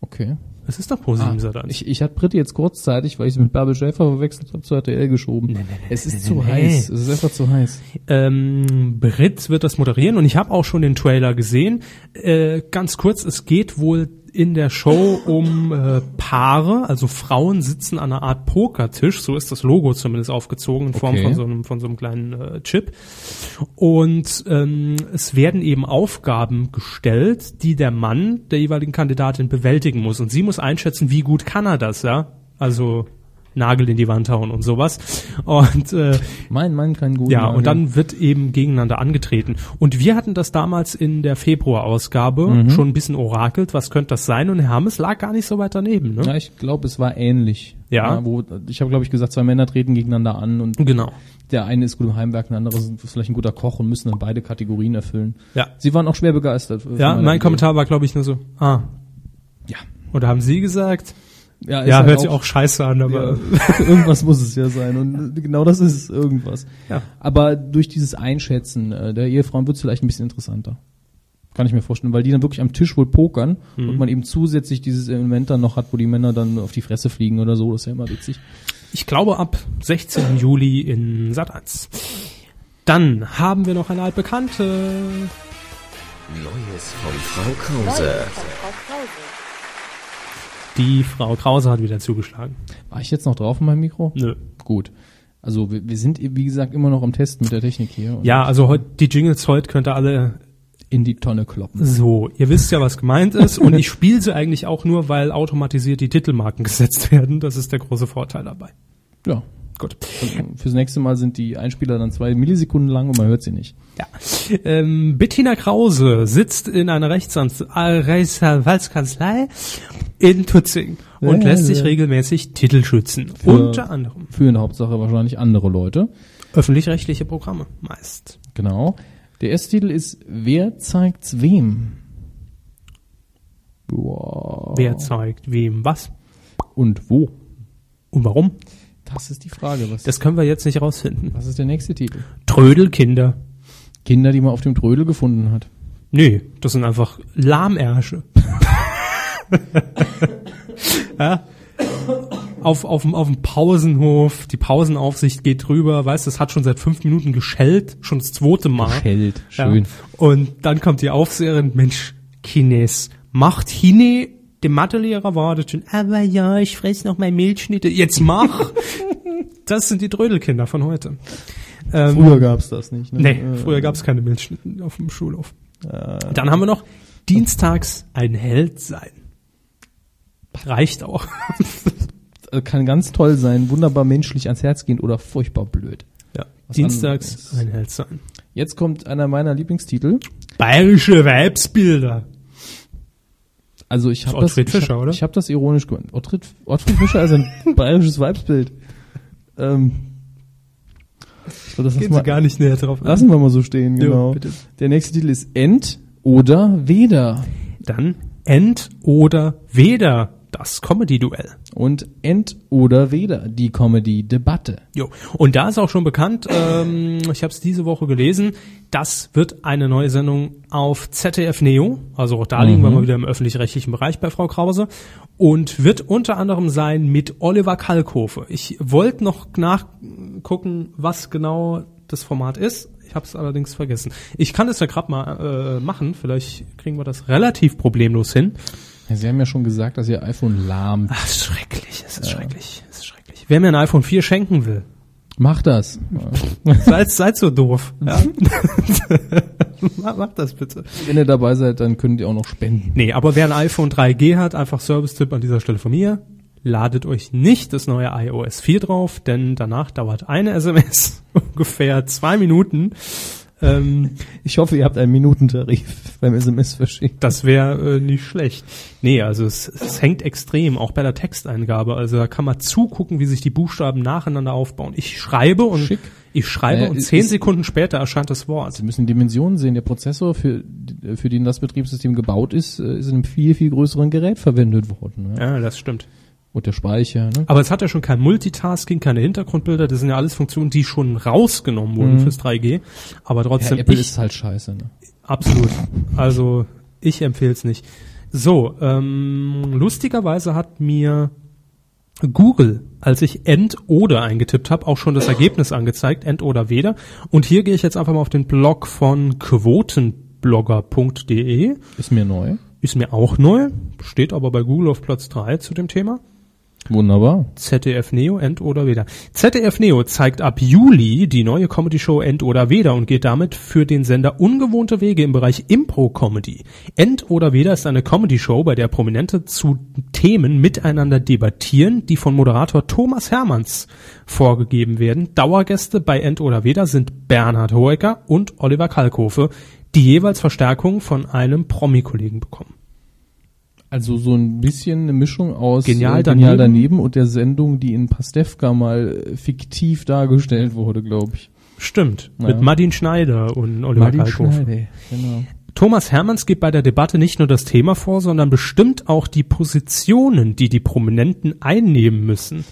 B: Okay.
A: Es ist doch positiv im Sat 1.
B: Ich, ich hatte Brit jetzt kurzzeitig, weil ich sie mit Bärbel Schäfer verwechselt habe, zu RTL geschoben. es ist zu heiß. Es ist einfach zu heiß.
A: Ähm, Brit wird das moderieren und ich habe auch schon den Trailer gesehen. Äh, ganz kurz, es geht wohl in der Show um äh, Paare, also Frauen sitzen an einer Art Pokertisch, so ist das Logo zumindest aufgezogen in Form
B: Okay.
A: von so einem von so einem kleinen äh, Chip. Und ähm, es werden eben Aufgaben gestellt, die der Mann der jeweiligen Kandidatin bewältigen muss. Und sie muss einschätzen, wie gut kann er das, ja? Also Nagel in die Wand hauen und sowas. Und äh,
B: Mein Mann kann gut.
A: ja,
B: nageln.
A: und dann wird eben gegeneinander angetreten. Und wir hatten das damals in der Februar-Ausgabe
B: Mhm.
A: schon ein bisschen orakelt, was könnte das sein? Und Hermes lag gar nicht so weit daneben, ne?
B: Ja, ich glaube, es war ähnlich.
A: Ja.
B: wo, ich habe, glaube ich, gesagt, zwei Männer treten gegeneinander an und
A: Genau.
B: der eine ist gut im Heimwerk, der andere ist vielleicht ein guter Koch und müssen dann beide Kategorien erfüllen.
A: Ja.
B: Sie waren auch schwer begeistert. äh, von
A: Ja,
B: meiner
A: mein
B: Idee.
A: Kommentar war, glaube ich, nur so, ah.
B: Ja.
A: Oder haben Sie gesagt?
B: Ja, ist
A: Ja,
B: halt
A: hört sich auch scheiße an, aber
B: Ja, irgendwas muss es ja sein. Und genau das ist es, irgendwas.
A: Ja.
B: Aber durch dieses Einschätzen äh, der Ehefrauen wird es vielleicht ein bisschen interessanter. Kann ich mir vorstellen, weil die dann wirklich am Tisch wohl pokern und man eben zusätzlich dieses Element dann noch hat, wo die Männer dann auf die Fresse fliegen oder so. Das ist ja immer witzig.
A: ich glaube ab 16. Juli in Sat 1. Dann haben wir noch eine altbekannte.
D: Neues von Frau Krause.
A: Die Frau Krause hat wieder zugeschlagen.
B: War ich jetzt noch drauf in meinem Mikro?
A: Nö.
B: Gut. Also wir, wir sind, wie gesagt, immer noch am Testen mit der Technik hier. Und
A: Ja, also heute, die Jingles heute könnt ihr alle
B: In die Tonne kloppen.
A: So, ihr wisst ja, was gemeint ist und ich spiele sie eigentlich auch nur, weil automatisiert die Titelmarken gesetzt werden. Das ist der große Vorteil dabei.
B: Ja.
A: Gut.
B: Also fürs nächste Mal sind die Einspieler dann zwei Millisekunden lang und man hört sie nicht.
A: Ja. Ähm, Bettina Krause sitzt in einer Rechtsanz äh, Rechtsanwaltskanzlei in Tutzing und
B: Ja,
A: lässt sich
B: ja.
A: regelmäßig Titel schützen.
B: Für-
A: Unter anderem
B: Für in der Hauptsache wahrscheinlich andere Leute.
A: öffentlich-rechtliche Programme meist.
B: Genau. Der erste Titel ist Wer zeigt's wem? Boah.
A: Wer zeigt wem was
B: Und wo?
A: und warum?
B: Das ist die Frage. Was,
A: Das können wir jetzt nicht rausfinden.
B: was ist der nächste Titel?
A: Trödelkinder.
B: Kinder, die man auf dem Trödel gefunden hat.
A: Nee, das sind einfach Lahmärsche. ja? Auf, auf, dem- auf dem Pausenhof, die Pausenaufsicht geht drüber, weißt du, es hat schon seit fünf Minuten geschellt, schon das zweite Mal.
B: Geschellt,
A: Ja.
B: schön.
A: Und dann kommt die Aufseherin, Mensch, Chines, macht Hine, dem Mathelehrer wartet schon, aber ja, ich fress noch mal Milchschnitte, jetzt mach! das sind die Trödelkinder von heute. Ähm,
B: Früher gab's das nicht. Ne?
A: Nee,
B: Äh,
A: früher gab's keine Milchschnitten auf dem Schulhof. Dann haben wir noch dienstags ein Held sein. Reicht auch.
B: äh, kann ganz toll sein, wunderbar menschlich ans Herz gehen oder furchtbar blöd.
A: Ja.
B: Was
A: Dienstags
B: anderes.
A: ein Held sein.
B: Jetzt kommt einer meiner Lieblingstitel.
A: Bayerische Weibsbilder.
B: Also ich habe
A: Ist
B: das,
A: Ottfried
B: ich
A: Fischer,
B: hab,
A: oder?
B: Ich habe das ironisch gemeint. Ottfried, Ottfried Fischer ist ein bayerisches Weibsbild. Ähm, ich glaub, das lassen
A: Gehen Sie
B: wir-
A: gar nicht näher drauf. ein.
B: Lassen wir mal so stehen,
A: Jo,
B: genau.
A: bitte.
B: Der nächste Titel ist End oder Weder.
A: Dann End oder Weder. Das Comedy-Duell.
B: Und End oder Weder, die Comedy-Debatte.
A: Jo. Und da ist auch schon bekannt, ähm, ich habe es diese Woche gelesen, das wird eine neue Sendung auf ZDF Neo, also auch da liegen wir mal wieder im öffentlich-rechtlichen Bereich bei Frau Krause, und wird unter anderem sein mit Oliver Kalkofe. Ich wollte noch nachgucken, was genau das Format ist. Ich habe es allerdings vergessen. Ich kann es ja gerade mal äh, machen. Vielleicht kriegen wir das relativ problemlos hin.
B: Sie haben ja schon gesagt, dass ihr iPhone lahm.
A: Ach, es ist schrecklich. Es ist schrecklich. Es ist schrecklich. Wer mir ein iPhone 4 schenken will,
B: Mach das.
A: Seid, seid so doof. Ja. Mach das bitte.
B: Wenn ihr dabei seid, dann könnt ihr auch noch spenden.
A: Nee, aber wer ein iPhone 3G hat, einfach Service-Tipp an dieser Stelle von mir. Ladet euch nicht das neue iOS 4 drauf, denn danach dauert eine SMS ungefähr zwei Minuten. Ähm,
B: Ich hoffe, ihr habt einen Minutentarif beim SMS verschickt.
A: das wäre äh, nicht schlecht. Nee, also es, es hängt extrem, auch bei der Texteingabe. Also da kann man zugucken, wie sich die Buchstaben nacheinander aufbauen. Ich schreibe und
B: Schick.
A: ich schreibe
B: Äh,
A: und
B: ist-
A: zehn
B: ist-
A: Sekunden später erscheint das Wort.
B: Sie müssen Dimensionen sehen. Der Prozessor, für, für den das Betriebssystem gebaut ist, äh, ist in einem viel, viel größeren Gerät verwendet worden. Ja.
A: Ja, das stimmt.
B: Und der Speicher. Ne?
A: Aber es hat ja schon kein Multitasking, keine Hintergrundbilder, das sind ja alles Funktionen, die schon rausgenommen wurden fürs 3G. Aber
B: Mhm. Ja,
A: trotzdem,
B: Apple
A: ich,
B: ist halt scheiße. Ne?
A: absolut. Also ich empfehle es nicht. So, ähm, lustigerweise hat mir Google, als ich End oder eingetippt habe, auch schon das Ergebnis angezeigt, End oder weder. Und hier gehe ich jetzt einfach mal auf den Blog von quotenblogger.de.
B: Ist mir neu.
A: Ist mir auch neu, steht aber bei Google auf Platz 3 zu dem Thema.
B: Wunderbar.
A: ZDF Neo End oder Weder. ZDF Neo zeigt ab Juli die neue Comedy-Show End oder Weder und geht damit für den Sender ungewohnte Wege im Bereich Impro-Comedy. End oder Weder ist eine Comedy-Show, bei der Prominente zu Themen miteinander debattieren, die von Moderator Thomas Hermanns vorgegeben werden. Dauergäste bei End oder Weder sind Bernhard Hoeker und Oliver Kalkofe, die jeweils Verstärkung von einem Promi-Kollegen bekommen.
B: Also so ein bisschen eine Mischung aus
A: Genial
B: äh, Genial
A: daneben.
B: daneben und der Sendung, die in Pastewka mal äh, fiktiv dargestellt wurde, glaube ich.
A: Stimmt,
B: Ja.
A: mit Martin Schneider und Oliver Kalkofe.
B: Genau.
A: Thomas Hermanns gibt bei der Debatte nicht nur das Thema vor, sondern bestimmt auch die Positionen, die die Prominenten einnehmen müssen.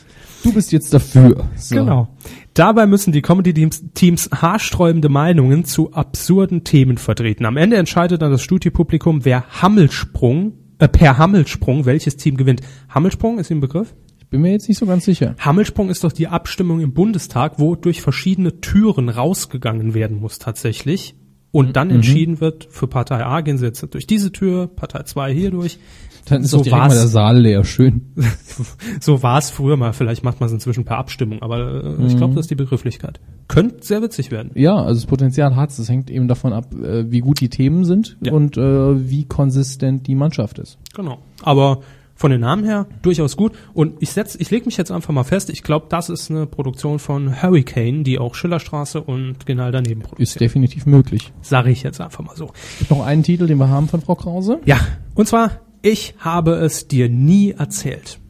B: Du bist jetzt dafür. So.
A: Genau. Dabei müssen die Comedy-Teams Teams haarsträubende Meinungen zu absurden Themen vertreten. Am Ende entscheidet dann das Studiopublikum, wer Hammelsprung, äh, per Hammelsprung welches Team gewinnt. Hammelsprung ist im Begriff?
B: Ich bin mir jetzt nicht so ganz sicher.
A: Hammelsprung ist doch die Abstimmung im Bundestag, wo durch verschiedene Türen rausgegangen werden muss tatsächlich. Und
B: Mhm.
A: dann entschieden wird, für Partei A gehen sie jetzt durch diese Tür, Partei 2 hier durch.
B: Dann ist
A: so
B: doch direkt mal der
A: war's,
B: Saal leer. Schön.
A: so war's früher mal. Vielleicht macht man es inzwischen per Abstimmung, aber
B: Mhm.
A: äh, ich glaube, das ist die Begrifflichkeit. Könnte sehr witzig werden.
B: Ja, also das Potenzial hat's. Das hängt eben davon ab, äh, wie gut die Themen sind
A: Ja.
B: und äh, wie konsistent die Mannschaft ist.
A: Genau. Aber von den Namen her durchaus gut. Und ich setz, ich lege mich jetzt einfach mal fest. Ich glaube, das ist eine Produktion von Hurricane, die auch Schillerstraße und Genau daneben
B: Ist
A: produziert.
B: definitiv möglich.
A: Sage ich jetzt einfach mal so.
B: Gibt noch einen Titel, den wir haben von Frau Krause.
A: Ja, und zwar, ich habe es dir nie erzählt.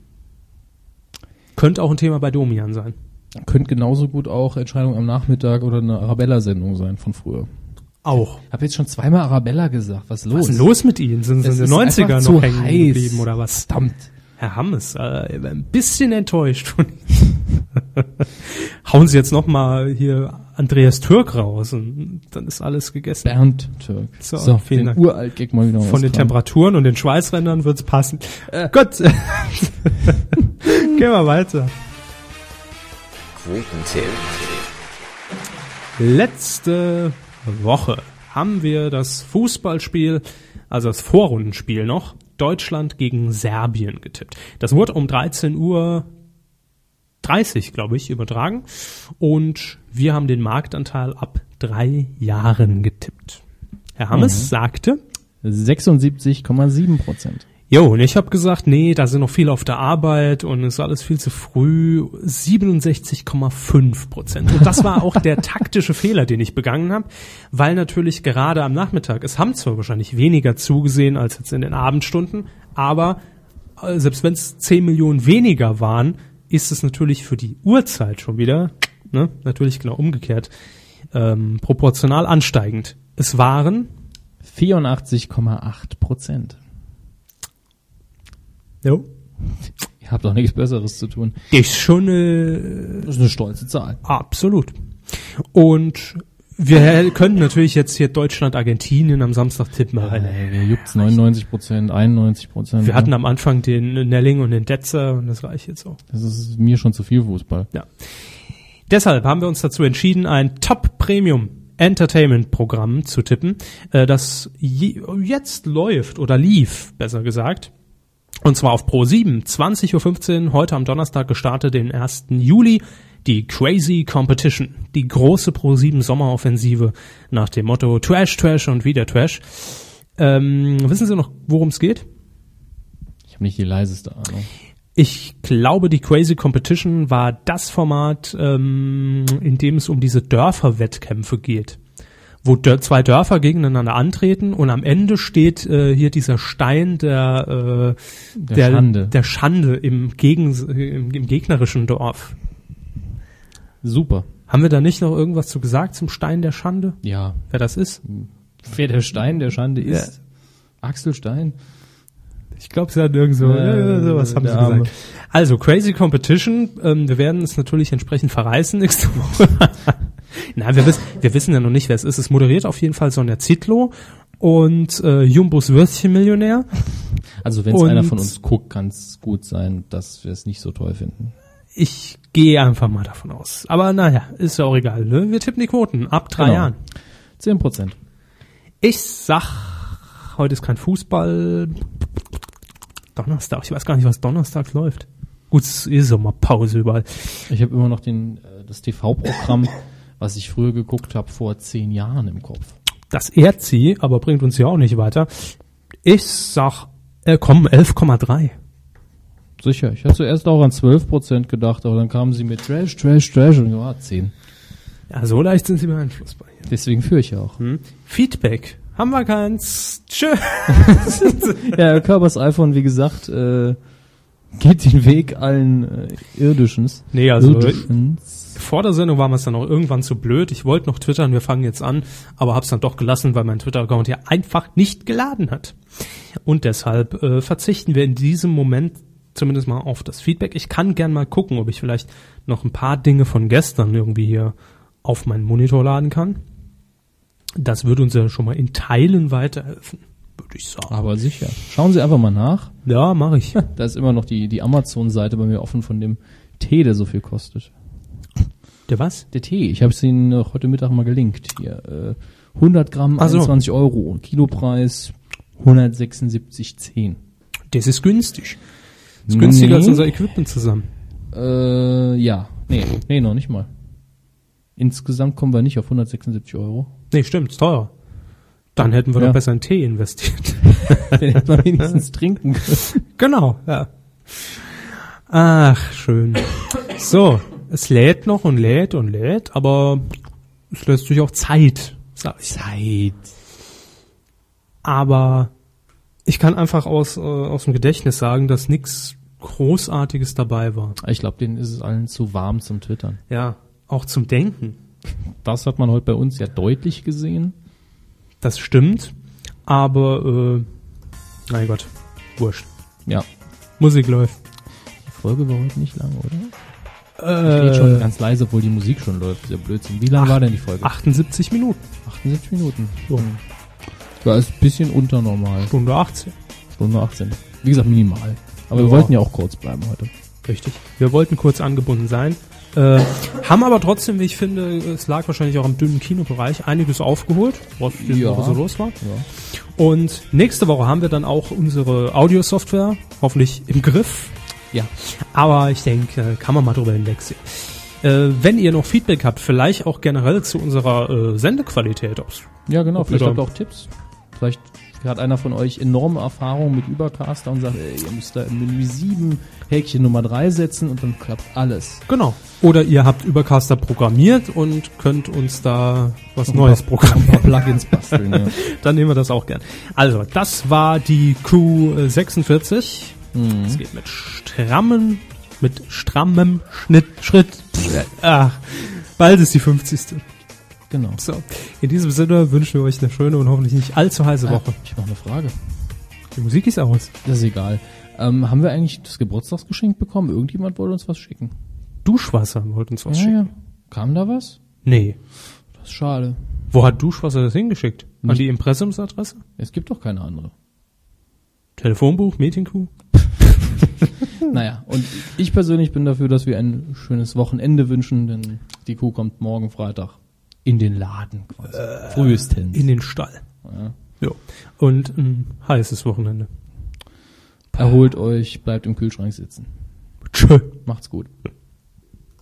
A: Könnte auch ein Thema bei Domian sein.
B: Könnte genauso gut auch Entscheidung am Nachmittag oder eine Arabella-Sendung sein von früher.
A: Auch.
B: Hab jetzt schon zweimal Arabella gesagt. Was ist los?
A: Was ist denn los mit Ihnen? Sind Sie
B: Es
A: in den
B: ist
A: 90er
B: einfach
A: noch
B: zu
A: hängen
B: heiß.
A: geblieben oder was?
B: Verdammt.
A: Herr Hammes, äh, ich bin ein bisschen enttäuscht von Ihnen. Hauen Sie jetzt nochmal hier Andreas Türk raus und dann ist alles gegessen.
B: Bernd Türk.
A: So,
B: So,
A: vielen
B: den
A: Dank.
B: Uralt-Gag mal wieder
A: Von den
B: rauskramen.
A: Temperaturen und den Schweißrändern wird's passen. Gut. Gehen wir weiter.
D: Quotentipp.
A: Letzte Woche haben wir das Fußballspiel, also das Vorrundenspiel noch, Deutschland gegen Serbien getippt. Das wurde um 13 Uhr 30, glaube ich, übertragen. Und wir haben den Marktanteil ab drei Jahren getippt. Herr Hammes sagte,
B: 76,7 Prozent.
A: Jo, und ich habe gesagt, nee, da sind noch viele auf der Arbeit und es ist alles viel zu früh. 67,5 Prozent. Und das war auch der taktische Fehler, den ich begangen habe, weil natürlich gerade am Nachmittag, es haben zwar wahrscheinlich weniger zugesehen als jetzt in den Abendstunden, aber äh, selbst wenn es 10 Millionen weniger waren, ist es natürlich für die Uhrzeit schon wieder, ne, natürlich genau umgekehrt, ähm, proportional ansteigend. Es waren,
B: 84,8 Prozent.
A: jo,
B: Ihr habt doch nichts Besseres zu tun.
A: die ist schon äh,
B: Das ist eine stolze Zahl.
A: Absolut. Und wir könnten natürlich jetzt hier Deutschland, Argentinien am Samstag tippen. Aber
B: Ey, wer juckt's? 99 Prozent, 91 Prozent.
A: wir hatten am Anfang den Nelling und den Detzer und das reicht jetzt auch.
B: Das ist mir schon zu viel Fußball.
A: Ja. Deshalb haben wir uns dazu entschieden, ein Top Premium Entertainment Programm zu tippen, äh, das je, jetzt läuft oder lief, besser gesagt. Und zwar auf Pro 7, 20.15 Uhr, heute am Donnerstag gestartet, den 1. Juli, die Crazy Competition, die große Pro 7 Sommeroffensive nach dem Motto Trash, Trash und wieder Trash. Ähm, wissen Sie noch, worum es geht?
B: Ich habe nicht die leiseste Ahnung.
A: Ich glaube, die Crazy Competition war das Format, ähm, in dem es um diese Dörferwettkämpfe geht, wo Dör zwei Dörfer gegeneinander antreten und am Ende steht äh, hier dieser Stein der, äh, der,
B: Schande.
A: der Schande im, Gegen im, im gegnerischen Dorf.
B: Super.
A: Haben wir da nicht noch irgendwas zu gesagt zum Stein der Schande?
B: Ja.
A: Wer das ist?
B: Wer der Stein der Schande ist? Axel Stein?
A: Ich glaube, sie hatten irgend so,
B: Äh,
A: äh, sowas haben
B: der
A: sie
B: Arme.
A: gesagt. Also, Crazy Competition, ähm, wir werden es natürlich entsprechend verreißen nächste Woche. Nein, wir, wiss, wir wissen ja noch nicht, wer es ist. Es moderiert auf jeden Fall Sonja Zitlo und äh, Jumbos Würstchen-Millionär.
B: Also wenn es
A: Und-
B: einer von uns guckt, kann es gut sein, dass wir es nicht so toll finden.
A: Ich gehe einfach mal davon aus. Aber naja, ist ja auch egal. Ne? Wir tippen die Quoten ab drei
B: Genau.
A: Jahren.
B: 10 Prozent.
A: Ich sag, heute ist kein Fußball. Donnerstag, ich weiß gar nicht, was Donnerstag läuft. Gut, es ist Sommerpause überall.
B: Ich habe immer noch den, äh, das TV-Programm, was ich früher geguckt habe, vor zehn Jahren im Kopf.
A: Das ehrt sie, aber bringt uns ja auch nicht weiter. Ich sag, äh, komm, 11,3.
B: Sicher, ich hatte zuerst auch an 12 Prozent gedacht, aber dann kamen sie mit Trash, Trash, Trash und ah, ja, 10.
A: Ja, so leicht sind sie beeinflussbar. hier.
B: Deswegen führe ich ja auch.
A: Hm? Feedback. Haben wir keins. Tschö.
B: Ja, Körpers iPhone, wie gesagt, äh, geht den Weg allen äh, Irdischens.
A: Nee, also-
B: Irdischens.
A: Vor der Sendung war mir es dann auch irgendwann zu blöd. Ich wollte noch twittern, wir fangen jetzt an, aber hab's dann doch gelassen, weil mein Twitter-Account ja einfach nicht geladen hat. Und deshalb äh, verzichten wir in diesem Moment zumindest mal auf das Feedback. Ich kann gern mal gucken, ob ich vielleicht noch ein paar Dinge von gestern irgendwie hier auf meinen Monitor laden kann. Das würde uns ja schon mal in Teilen weiterhelfen, würde ich sagen.
B: Aber sicher. Schauen Sie einfach mal nach.
A: Ja, mache ich.
B: Da ist immer noch die, die Amazon-Seite bei mir offen von dem Tee, der so viel kostet.
A: Der was?
B: Der Tee, ich habe es Ihnen noch heute Mittag mal gelinkt hier. Äh, 100 Gramm,
A: Ach so.
B: 21 Euro. Kilopreis 176,10.
A: Das ist günstig. Das ist günstiger als
B: Nee.
A: unser Equipment zusammen.
B: Äh, ja. Nee, nee, noch nicht mal. Insgesamt kommen wir nicht auf 176 Euro.
A: Nee, stimmt, ist teurer. Dann hätten wir
B: Ja.
A: doch besser in Tee investiert.
B: Dann hätte man wenigstens trinken können.
A: genau, ja. Ach, schön. So, es lädt noch und lädt und lädt, aber es lässt sich auch Zeit, sag ich. Zeit. Aber ich kann einfach aus, äh, aus dem Gedächtnis sagen, dass nichts Großartiges dabei war.
B: Ich glaube, denen ist es allen zu warm zum Twittern.
A: Ja, auch zum Denken.
B: Das hat man heute bei uns ja deutlich gesehen.
A: Das stimmt, aber äh, mein Gott, wurscht.
B: Ja.
A: Musik läuft.
B: Die Folge war heute nicht lang, oder?
A: Äh,
B: Das Lied schon ganz leise, obwohl die Musik schon läuft. Sehr Blödsinn. Wie lang war denn die Folge?
A: 78 Minuten.
B: 78 Minuten.
A: So,
B: Ja, ist ein bisschen unter normal.
A: Stunde 18.
B: Stunde 18. Wie gesagt, minimal. Aber wir wollten ja auch kurz bleiben heute.
A: Richtig. Wir wollten kurz angebunden sein. Äh, haben aber trotzdem, wie ich finde, es lag wahrscheinlich auch am dünnen Kinobereich, einiges aufgeholt, was diese
B: Ja.
A: Woche so los war. Und nächste Woche haben wir dann auch unsere Audio-Software hoffentlich im Griff.
B: Ja.
A: Aber ich denke, äh, kann man mal drüber hinwegsehen. Äh, wenn ihr noch Feedback habt, vielleicht auch generell zu unserer äh, Sendequalität, ob's
B: Ja, genau.
A: Ob
B: vielleicht
A: ihr
B: habt
A: da-
B: ihr auch Tipps. Vielleicht hat einer von euch enorme Erfahrung mit Übercaster und sagt, ey, ihr müsst da im Menü 7 Häkchen Nummer 3 setzen und dann klappt alles.
A: Genau. Oder ihr habt Übercaster programmiert und könnt uns da was Neues
B: Ein paar
A: programmieren.
B: Plugins basteln. ja.
A: Dann nehmen wir das auch gern. Also, das war die Q46. Es geht mit strammen, mit strammem Schnitt, Schritt. Ah, bald ist die 50.
B: Genau.
A: So. In diesem Sinne wünschen wir euch eine schöne und hoffentlich nicht allzu heiße
B: Ah,
A: Woche.
B: ich habe noch eine Frage.
A: Die Musik ist aus.
B: Das ist egal. Ähm, haben wir eigentlich das Geburtstagsgeschenk bekommen? Irgendjemand wollte uns was schicken.
A: Duschwasser wollte uns was schicken.
B: Kam da was?
A: Nee.
B: Das ist schade.
A: Wo hat Duschwasser das hingeschickt? An
B: Nicht-
A: die Impressumsadresse?
B: Es gibt doch keine andere.
A: Telefonbuch, Meetingkuh?
B: Naja, und ich persönlich bin dafür, dass wir ein schönes Wochenende wünschen, denn die Kuh kommt morgen Freitag in den Laden quasi. Frühestens.
A: Äh, in den Stall. Ja. Und ein heißes Wochenende.
B: Erholt euch, bleibt im Kühlschrank sitzen.
A: Tschö.
B: Macht's gut.